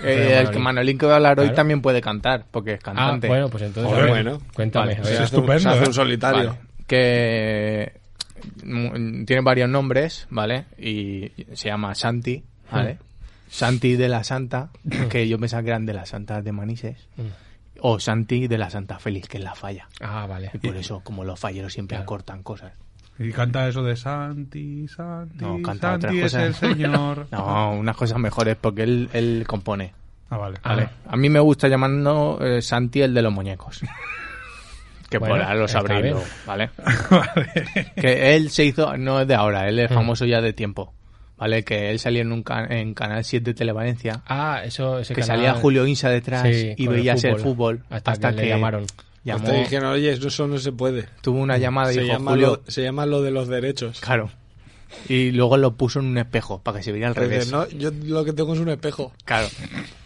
F: Pero
D: Eh, el
F: Manolín.
D: que Manolín que va a hablar hoy
F: Claro.
D: también puede cantar, porque es cantante.
F: Ah, bueno, pues entonces,
E: Joder,
F: a ver,
E: bueno.
F: cuéntame.
D: Vale,
F: a ver.
E: Se hace un-
C: estupendo,
E: se hace
C: ¿eh?
E: un solitario.
D: Vale. Que mm, tiene varios nombres, ¿vale? Y se llama Santi, ¿vale? Santi de la Santa, que yo pensaba que eran de las Santas de Manises.
F: Mm.
D: O Santi de la Santa Félix, que es la falla.
F: Ah, vale.
D: Y por eso, como los falleros siempre acortan cosas.
C: Y canta eso de Santi, Santi,
D: No, canta
C: Santi es
D: otras
C: el
D: cosas.
C: señor.
D: No, unas cosas mejores, porque él, él compone.
C: Ah, vale.
F: Vale.
D: A mí me gusta llamando eh, Santi el de los muñecos. Que
F: Bueno,
D: por ahora lo
F: está
D: sabréis
F: bien.
D: luego, ¿vale?
C: Vale.
D: Que él se hizo, no es de ahora, él es
F: Mm.
D: famoso ya de tiempo, ¿vale? Que él salía en, un can- en Canal 7 de Televalencia,
F: Ah, eso, ese
D: que
F: canal-
D: salía Julio Insa detrás
F: Sí,
D: y
F: con el
D: veías el fútbol,
F: hasta, que, le llamaron.
D: Llamó-
E: Pues te dijeron, oye, eso no se puede.
D: tuvo una llamada y
E: se,
D: dijo,
E: llama
D: Julio,
E: lo, se llama lo de los derechos.
D: claro. Y luego lo puso en un espejo para que se viera al
E: Dice,
D: revés.
E: "No, yo lo que tengo es un espejo.
D: Claro.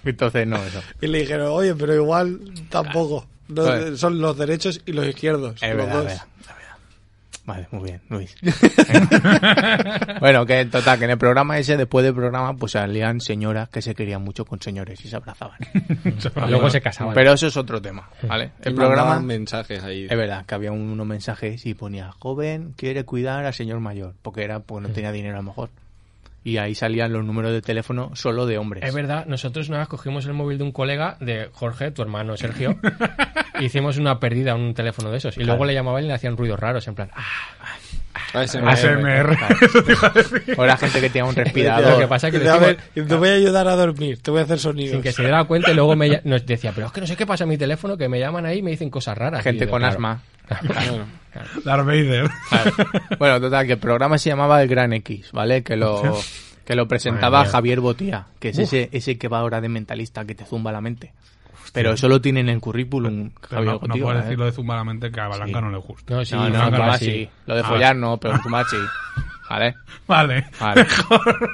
D: Entonces no, eso.
E: Y le dijeron, oye, pero igual tampoco. No, eh,
D: Claro.
E: son los derechos y los izquierdos.
D: Es
E: los
D: verdad,
E: dos.
D: es verdad, es verdad. Vale, muy bien, Luis. bueno, que en total, que en el programa ese, después del programa, pues salían señoras que se querían mucho con señores y se abrazaban.
F: Luego se casaban.
D: Pero eso es otro tema, ¿vale?
E: Y
D: El
E: mandaban
D: programa...
E: mensajes ahí.
D: Es verdad que había unos mensajes y ponía joven quiere cuidar al señor mayor, porque era porque no tenía dinero a lo mejor. Y ahí salían los números de teléfono solo de hombres.
F: Es verdad, nosotros nada más cogimos el móvil de un colega de Jorge, tu hermano Sergio, e hicimos una pérdida en un teléfono de esos. Y luego le llamaban y le hacían ruidos raros, en plan, ah,
E: ASMR.
C: ASMR.
D: O era gente que tenía un
F: lo que
D: respirador.
F: pasa es que
E: Te,
F: lo hicimos
E: voy- te voy a ayudar a dormir, te voy a hacer sonidos.
F: sin que se diera cuenta y luego me ll- nos decía, pero es que no sé qué pasa en mi teléfono, que me llaman ahí y me dicen cosas raras. Y
D: Gente
F: yo,
D: con
F: claro.
D: asma.
C: Darth Vader.
D: Bueno, total, que el programa se llamaba El Gran X, ¿vale? Que lo, que lo presentaba
F: Madre mía.
D: Javier Botía, que es ese, ese que va ahora de mentalista que te zumba la mente. Pero eso lo tiene en el currículum
C: Pero
D: Javier
C: no, no
D: Botía,
C: puedes
D: ¿eh?
C: decirlo de zumba la mente que a Balanca no le gusta.
F: No, sí,
D: No, no,
F: no,
D: zumbar
F: claro,
D: sí.
F: sí. Ah.
D: Lo de follar no, pero zumbar sí. ¿Vale?
C: Vale.
D: Vale.
C: Mejor.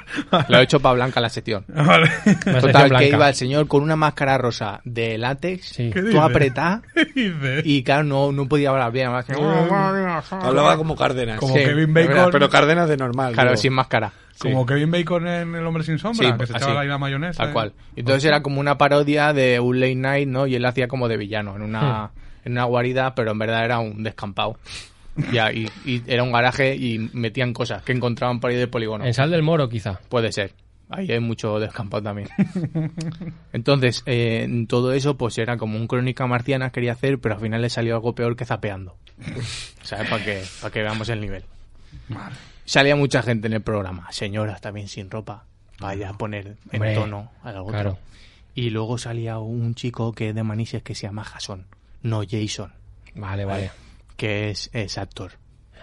D: Lo he hecho para Blanca la sección.
C: Vale.
F: Una sección
D: Total, que
F: blanca.
D: iba el señor con una máscara rosa de látex,
F: Sí. ¿eh?
C: ¿Qué
D: tú
C: dices?
D: apretás,
C: ¿Qué dices?
D: y claro, no, no podía hablar bien. además que-
E: Hablaba como Cárdenas.
C: Como
D: Sí,
C: Kevin
D: de verdad,
C: Bacon.
E: Pero Cárdenas de normal.
D: Ah, Claro,
E: digo.
D: sin máscara.
C: Como Kevin Bacon en El Hombre Sin Sombra, que se
D: así,
C: echaba ahí la mayonesa.
D: Tal
C: ¿eh?
D: cual. Entonces era como una parodia de un late night, ¿no? Y él hacía como de villano, en una, en una guarida, pero en verdad era un descampado. Ya, y, y era un garaje y metían cosas que encontraban por ahí de polígono.
F: En Sal del Moro, quizá.
D: Puede ser. Ahí hay mucho descampado también. Entonces, eh, en todo eso, pues era como un crónica marciana quería hacer, pero al final le salió algo peor que zapeando. ¿Sabes? Para que, para que veamos el nivel. Salía mucha gente en el programa. Señoras también sin ropa. Vaya a poner en
F: Hombre,
D: tono al otro.
F: Claro.
D: Y luego salía un chico que es de Manises que se llama Jason, no Jason,
F: Vale, vale.
D: que es, es actor,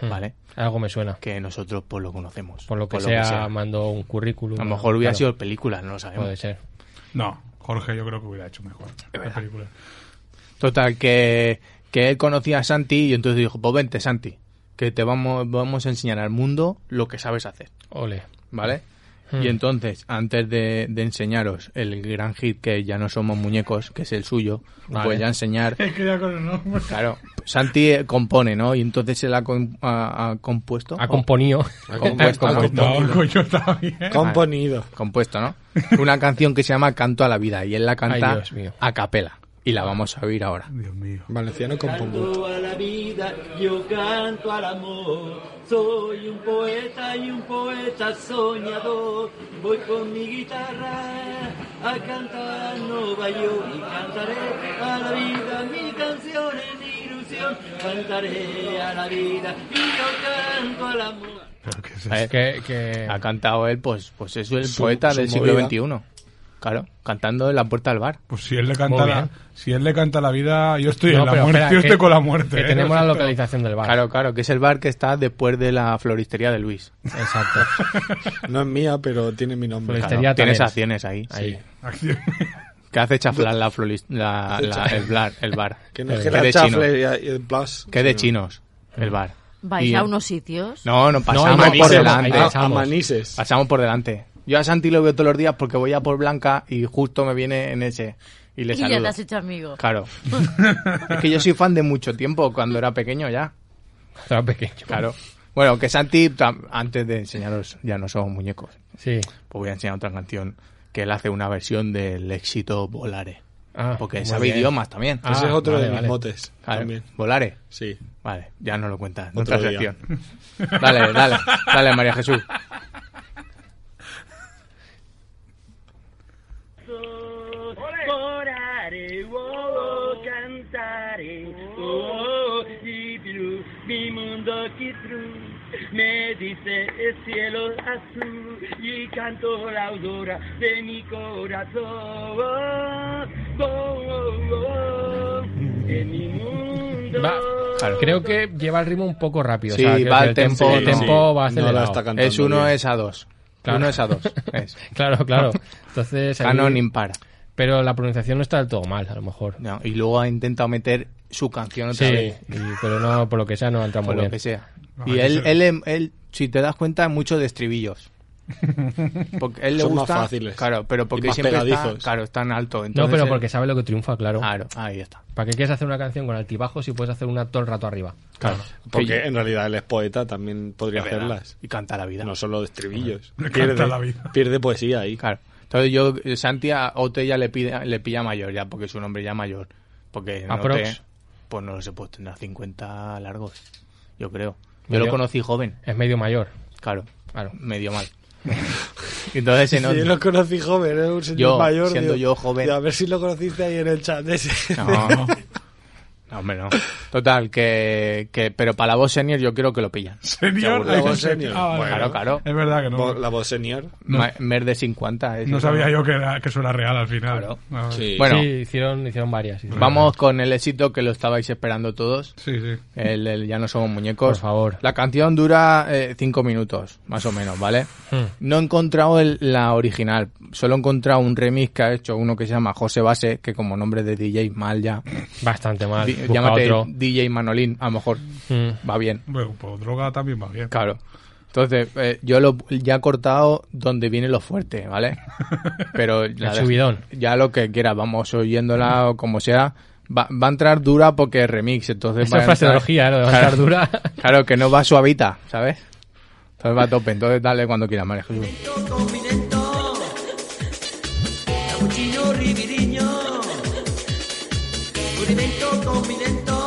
D: ¿vale?
F: Algo me suena.
D: Que nosotros pues lo conocemos.
F: Hmm. Por lo que, sea, mandó un currículum.
D: A lo mejor hubiera
F: Claro,
D: sido películas, no lo sabemos.
F: Puede ser.
C: No, Jorge yo creo que hubiera hecho mejor la película.
D: Total, que, que él conocía a Santi y entonces dijo, pues vente Santi, que te vamos, vamos a enseñar al mundo lo que sabes hacer,
F: Ole.
D: ¿vale?
F: Hmm.
D: Y entonces, antes de, de enseñaros el gran hit que ya no somos muñecos, que es el suyo,
F: Vale.
D: voy a enseñar
C: Es que ya con el nombre.
D: Claro, Santi eh, compone, ¿no? Y entonces él ha, com- ha- ha compuesto.
F: Ha componido.
E: Ha compuesto, ha
C: No,
E: componido.
C: coño, está bien.
E: Componido.
D: compuesto, ¿no? Una canción que se llama Canto a la vida y él la
F: Ay,
D: canta
F: Dios mío.
D: a capela. Y la vamos a oír ahora.
C: Dios mío.
E: Valenciano compongo.
G: Canto a la vida, yo canto al amor. Soy un poeta y un poeta soñador. Voy con mi guitarra a cantar Nueva York y cantaré a la vida mi canción en ilusión. Cantaré a la vida y yo canto al amor.
C: Pero qué es
D: Eh,
C: esto?
F: Que, que...
D: Ha cantado él, pues, pues es el
E: Su-
D: poeta
E: su
D: del siglo
E: movida.
D: XXI. Claro, cantando en la puerta del bar.
C: Pues si él le canta
F: Muy
C: la,
F: bien.
C: si él le canta la vida, yo estoy en la
F: pero
C: muerte,
F: espera,
C: yo
F: que-
C: estoy con la muerte.
F: Que
C: ¿eh?
F: tenemos la
C: Lo siento.
F: localización del bar.
D: Claro, claro, que es el bar que está después de la floristería de Luis.
F: Exacto.
E: No es mía, pero tiene mi nombre.
F: Pues
D: Claro,
F: Floristería
D: tienes
F: Talens.
D: acciones ahí.
F: Ahí.
C: Acción.
D: Que hace chaflar la floris- la- la- el, bar, el bar. Eh,
E: Que no es
D: Que
E: que la
D: de chinos.
E: chafle y y el plus.
D: Que de chinos, el bar.
H: ¿Vais
D: Y-
H: a unos sitios?
D: No, no pasamos
F: no,
D: por
F: dice-
D: delante. Ah,
F: ahí
E: A,
F: pasamos.
E: manises.
D: Pasamos por delante. Yo a Santi lo veo todos los días porque voy a por Blanca y justo me viene en ese. Y le
H: y ya te
D: saludo.
H: has hecho amigo.
D: Claro. es que yo soy fan de mucho tiempo, cuando era pequeño ya.
F: Estaba pequeño.
D: Claro. Bueno, que Santi, tam- antes de enseñaros, ya no somos muñecos.
F: Sí.
D: Pues voy a enseñar otra canción que él hace una versión del éxito Volare.
F: Ah,
D: porque
F: muy
D: sabe
F: bien.
D: idiomas también.
F: Ah,
E: Ese es otro
F: vale,
E: de mis
F: vale.
E: motes.
D: Claro.
E: También.
D: Volare.
E: Sí.
D: Vale, ya no lo cuentas.
E: Otro
D: Otra
E: día.
D: sección. Dale, dale, dale, María Jesús.
G: Oraré, oh, oh, cantaré, oh, oh, y blue, mi mundo aquí true, me dice el cielo azul y canto la aurora de mi corazón, oh, oh, oh, en mi mundo.
F: Va,
D: Claro.
F: Creo que lleva el ritmo un poco rápido.
D: Sí,
F: o sea, creo
D: va
F: que
D: al
F: el tempo,
D: tempo,
F: el
D: no.
F: tempo va
E: no
F: acelerado.
E: la está cantando.
D: Es uno
E: bien.
D: es a dos.
F: Claro.
D: Uno es a dos. Es.
F: Claro, claro. Entonces, ahí-
D: Canon impar.
F: Pero la pronunciación no está del todo mal, a lo mejor.
D: No, y luego ha intentado meter su canción otra
F: Sí,
D: vez.
F: y- pero no, por lo que sea, no ha entrado
D: Por
F: muy bien.
D: lo que sea.
C: Ah,
D: Y
C: yo
D: él,
C: sé.
D: él, em, él, si te das cuenta, mucho de estribillos. Porque a él le
E: Son más
D: gusta.
E: fáciles.
D: Claro, pero
E: Y
D: porque
E: más
D: siempre está,
E: pegadizos.
D: claro, está en alto.
F: No,
D: entonces
F: pero
D: él-
F: porque sabe lo que triunfa, claro.
D: Claro, ahí está.
F: ¿Para qué quieres hacer una canción con altibajos si puedes hacer una todo el rato arriba?
D: Claro.
E: Porque en realidad él es poeta, también podría
D: Es verdad.
E: hacerlas.
D: Y canta la vida.
E: No solo de estribillos.
C: Le canta
E: Pierde,
C: la vida.
E: pierde poesía ahí.
D: Claro. Entonces yo, eh, Santi a Ote ya le, pide, le pilla mayor, ya, porque su nombre ya mayor. Porque en
F: Aprox.
D: Ote, pues no lo sé, pues tendrá 50 largos, yo creo. Yo
F: Medio-
D: lo conocí joven,
F: Es medio mayor.
D: claro,
F: Claro.
D: medio mal. Entonces en
E: Sí,
D: Ote-
E: yo lo conocí joven, era un señor
D: Yo,
E: mayor.
D: siendo yo joven.
E: A ver si lo conociste ahí en el chat ese.
D: No, No, hombre, no. Total, que, que- Pero para la voz senior yo creo que lo pillan.
C: Senior,
E: Seguro,
C: hay
E: vos
C: que-
E: senior.
C: Ah, vale,
E: Bueno,
C: vale.
D: Claro, claro.
C: Es verdad que
E: Bo-
C: no.
E: La voz senior.
D: Ma- Mer de 50. es-
C: No sabía yo que, era- que eso era real al final.
D: Claro.
C: Ah,
D: Bueno,
F: Sí, hicieron, hicieron varias. hicieron
D: vamos con el éxito que lo estabais esperando todos.
C: Sí, sí.
D: El, el Ya no somos muñecos.
F: Por favor.
D: La canción dura eh, cinco minutos, más o menos, ¿vale?
F: Hmm.
D: No he encontrado el- la original. Solo he encontrado un remix que ha hecho uno que se llama José Base, que como nombre de DJ mal ya.
F: varias. Bastante mal.
D: Di-
F: Busca
D: llámate
F: otro.
D: DJ Manolín, a lo mejor
F: Mm.
D: va bien.
C: Bueno, pues droga también va bien.
D: Claro. Entonces, eh, yo lo, ya he cortado donde viene lo fuerte, ¿vale? Pero la
F: El
D: de-
F: subidón.
D: Ya lo que quieras, vamos oyéndola o como sea. Va, va a entrar dura porque es remix, entonces
F: Esa
D: va
F: es
D: a entrar-
F: fraseología, ¿eh? Lo de
D: Claro.
F: estar dura.
D: Claro, que no va suavita, ¿sabes? Entonces va a tope, entonces dale cuando quieras, María Jesús.
G: Confidento, Cappuccino Ribirigno, Rudimento Confidento,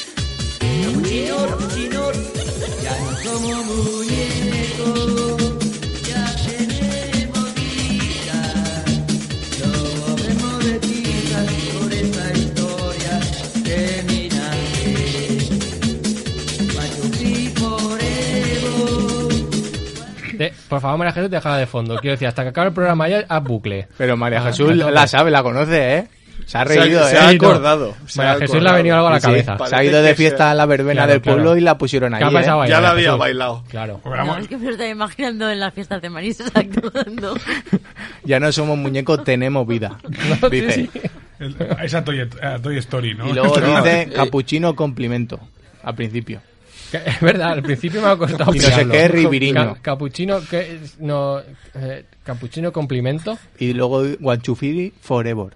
G: Cappuccino, Cappuccino, ya no somos muñecos, ya tenemos vida, somos monetizas por esta historia terminante, Machupi Forever.
F: Te- por favor, María Jesús, déjala de fondo. Quiero decir, hasta que acabe el programa ya, haz bucle.
D: Pero María
F: Ah,
D: Jesús
F: a tope.
D: la sabe, la conoce, ¿eh? Se ha
E: Se ha-
D: reído,
E: se
D: ¿eh?
E: ha
F: Sí, no.
E: acordado. se ha
F: María Jesús le ha
E: acordado.
F: venido algo a la
D: Sí,
F: cabeza.
D: Se ha ido
E: Parece
D: de
E: que
D: fiesta
E: sea-
D: a la verbena
F: Claro,
D: del pueblo
F: claro.
D: y la pusieron ahí.
F: ¿Qué ha
D: ¿eh?
F: pasado ahí,
E: Ya la
F: María
E: había
F: Jesús?
E: bailado.
F: Claro.
C: Porque Pues vamos-
H: No, es que me lo estoy imaginando en las fiestas de Marisas actuando.
D: Ya no somos muñecos, tenemos vida.
F: No, sí,
D: Dice.
F: sí.
C: El- Esa Toy, eh, Toy Story, ¿no?
D: Y luego
E: No,
D: dice
E: eh.
D: capuchino complemento al principio.
F: Que- Es verdad, al principio me ha costado
D: Y no sé
F: pillarlo.
D: qué, Ribiriño.
F: Ca- capuchino, que es- no, eh, capuchino complimento.
D: Y luego Guanchufiri forever.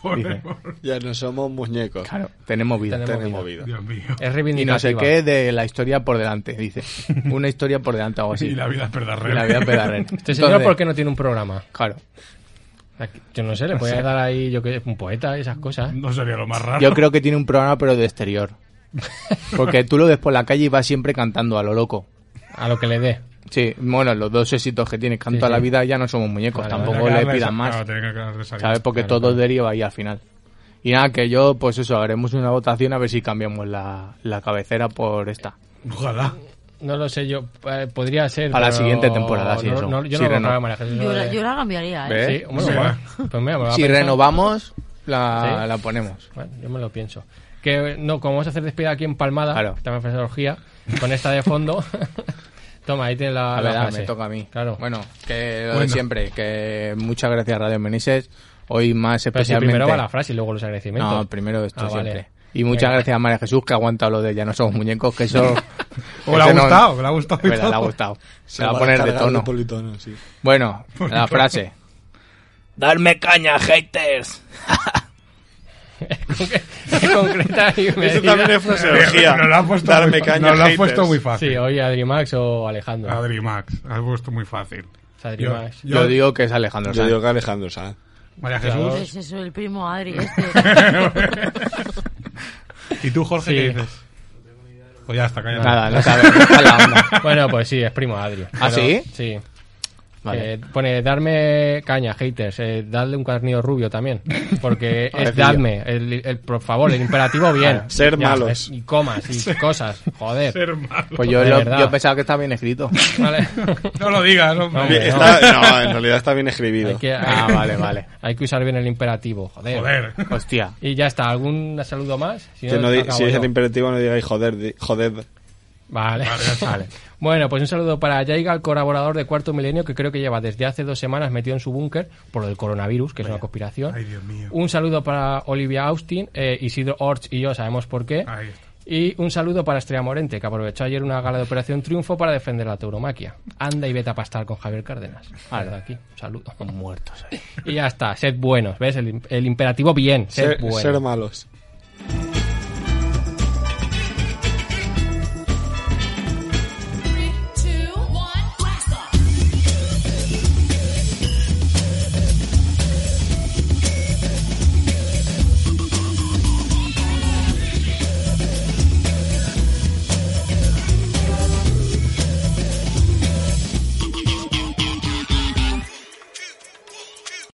C: Joder,
E: Ya no somos muñecos.
D: Claro, tenemos vida.
F: Tenemos
E: Tenemos vida.
C: Dios mío.
F: Es
D: Y no
F: reivindicativa.
D: sé qué de la historia por delante, dice. Una historia por delante o algo así.
C: Y la vida es perdarrera.
D: Pues Y la vida pedarrena.
F: Este señor,
D: Entonces,
F: ¿por qué no tiene un programa?
D: Claro.
F: Aquí- Yo no sé, le podía dar ahí, yo que un poeta y esas cosas. ¿eh?
C: No sería lo más raro.
D: Yo creo que tiene un programa, pero de exterior. Porque tú lo ves por la calle y va siempre cantando a lo loco.
F: A lo que le dé.
D: Sí, bueno, los dos éxitos que tiene, canto
F: Sí,
D: a la
F: sí.
D: vida, ya no somos muñecos.
F: Vale,
D: Tampoco
C: Tenía que
D: le
C: darle esa-
D: pidan más.
C: Claro, tenía que darle esa-
D: ¿Sabes? Porque todo deriva ahí al final. Y nada, que yo, pues eso, haremos una votación a ver si cambiamos la, la cabecera por esta.
C: Ojalá.
F: No lo sé, yo eh, podría ser.
D: A la
F: pero
D: siguiente temporada, sí,
F: no,
D: eso.
F: no- yo
D: Sí,
F: no lo
D: Reno.
F: acabo de manejar, eso
H: Yo la,
F: de-
H: yo la cambiaría, ¿eh?
D: ¿Ves?
F: Sí, bueno,
C: Sí.
F: bueno, pues mira, me lo voy a
D: Si
F: pensar.
D: renovamos, la,
F: Sí.
D: la ponemos.
F: Bueno, yo me lo pienso. Que eh, no, como vamos a hacer despedida aquí en Palmada,
D: Claro.
F: también fraseología, con esta de fondo. Toma, ahí tiene la,
D: A
F: Ah, la
D: ver,
F: frase.
D: me toca a mí.
F: Claro.
D: Bueno, que lo de
C: Bueno.
D: siempre, que muchas gracias Radio Menises. Hoy
F: Pero
D: más
F: si
D: especialmente...
F: primero va la frase y luego los agradecimientos.
D: No, primero esto
F: Ah, vale.
D: siempre. Y muchas
F: Venga.
D: gracias a María Jesús que ha aguantado lo de ya no somos muñecos, que eso...
C: O le ha
D: eso no-
C: gustado, que le ha gustado. y
D: Verdad,
C: todo.
D: le ha gustado. Se va a
E: va
D: poner de
E: descargar
D: tono.
E: politono, sí.
D: Bueno, la frase. Darme caña, haters.
F: Concreta y medida.
E: Eso también es fraseología.
C: Nos lo ha puesto,
E: Darme
C: muy, fa-
E: caña,
C: nos lo ha
E: haters.
C: puesto muy fácil.
F: Sí, oye, Adri Max o Alejandro.
C: Adri Max, has puesto muy fácil.
F: O sea, Adri
C: Yo-
F: Max.
D: Yo digo que es Alejandro
E: Yo
D: Sanz.
E: digo que Alejandro Sanz.
C: María
F: Claro.
C: Jesús.
H: Es eso, el primo Adri. Este.
C: ¿Y tú, Jorge,
F: Sí.
C: qué dices? Pues ya está, cállate.
D: Nada, no sabe. no está la onda.
F: Bueno, pues sí, es primo de Adri. Pero-
D: ¿Ah, sí?
F: Sí.
D: Vale.
F: Eh, pone darme caña, haters, eh, dadle un carnillo rubio también, porque es
D: Parecido.
F: dadme, el, el- por favor, el imperativo bien.
E: Ser malos.
F: es- Y comas y cosas, joder.
C: Hermano.
D: Pues yo,
F: De
D: lo-
F: verdad.
D: yo pensaba que estaba bien escrito.
F: Vale.
C: No lo digas, hombre.
F: Hombre, no.
E: Está- no, en realidad está bien
F: Hay
E: escribido.
F: que,
D: Ah,
F: hay-
D: vale, vale.
F: Hay que usar bien el imperativo, joder.
C: Joder.
D: Hostia.
F: Y ya está, ¿algún saludo más? Si
E: Que no di-
F: acabo
E: si es
F: yo.
E: el imperativo, no digáis joder, di- joder.
F: Vale, vale. Bueno, pues un saludo para Jaiga, el colaborador de Cuarto Milenio, que creo que lleva desde hace dos semanas metido en su búnker por el coronavirus, que es una conspiración.
C: Ay, Dios mío.
F: Un saludo para Olivia Austin, eh, Isidro Orch y yo sabemos por qué.
C: Ahí está.
F: Y un saludo para Estrella Morente, que aprovechó ayer una gala de Operación Triunfo para defender la tauromaquia. Anda y vete a pastar con Javier Cárdenas. Desde aquí, un saludo.
D: Muertos ahí.
F: Y ya está, sed buenos, ¿ves? El, el imperativo bien, sed
E: Ser,
F: buenos.
E: ser malos.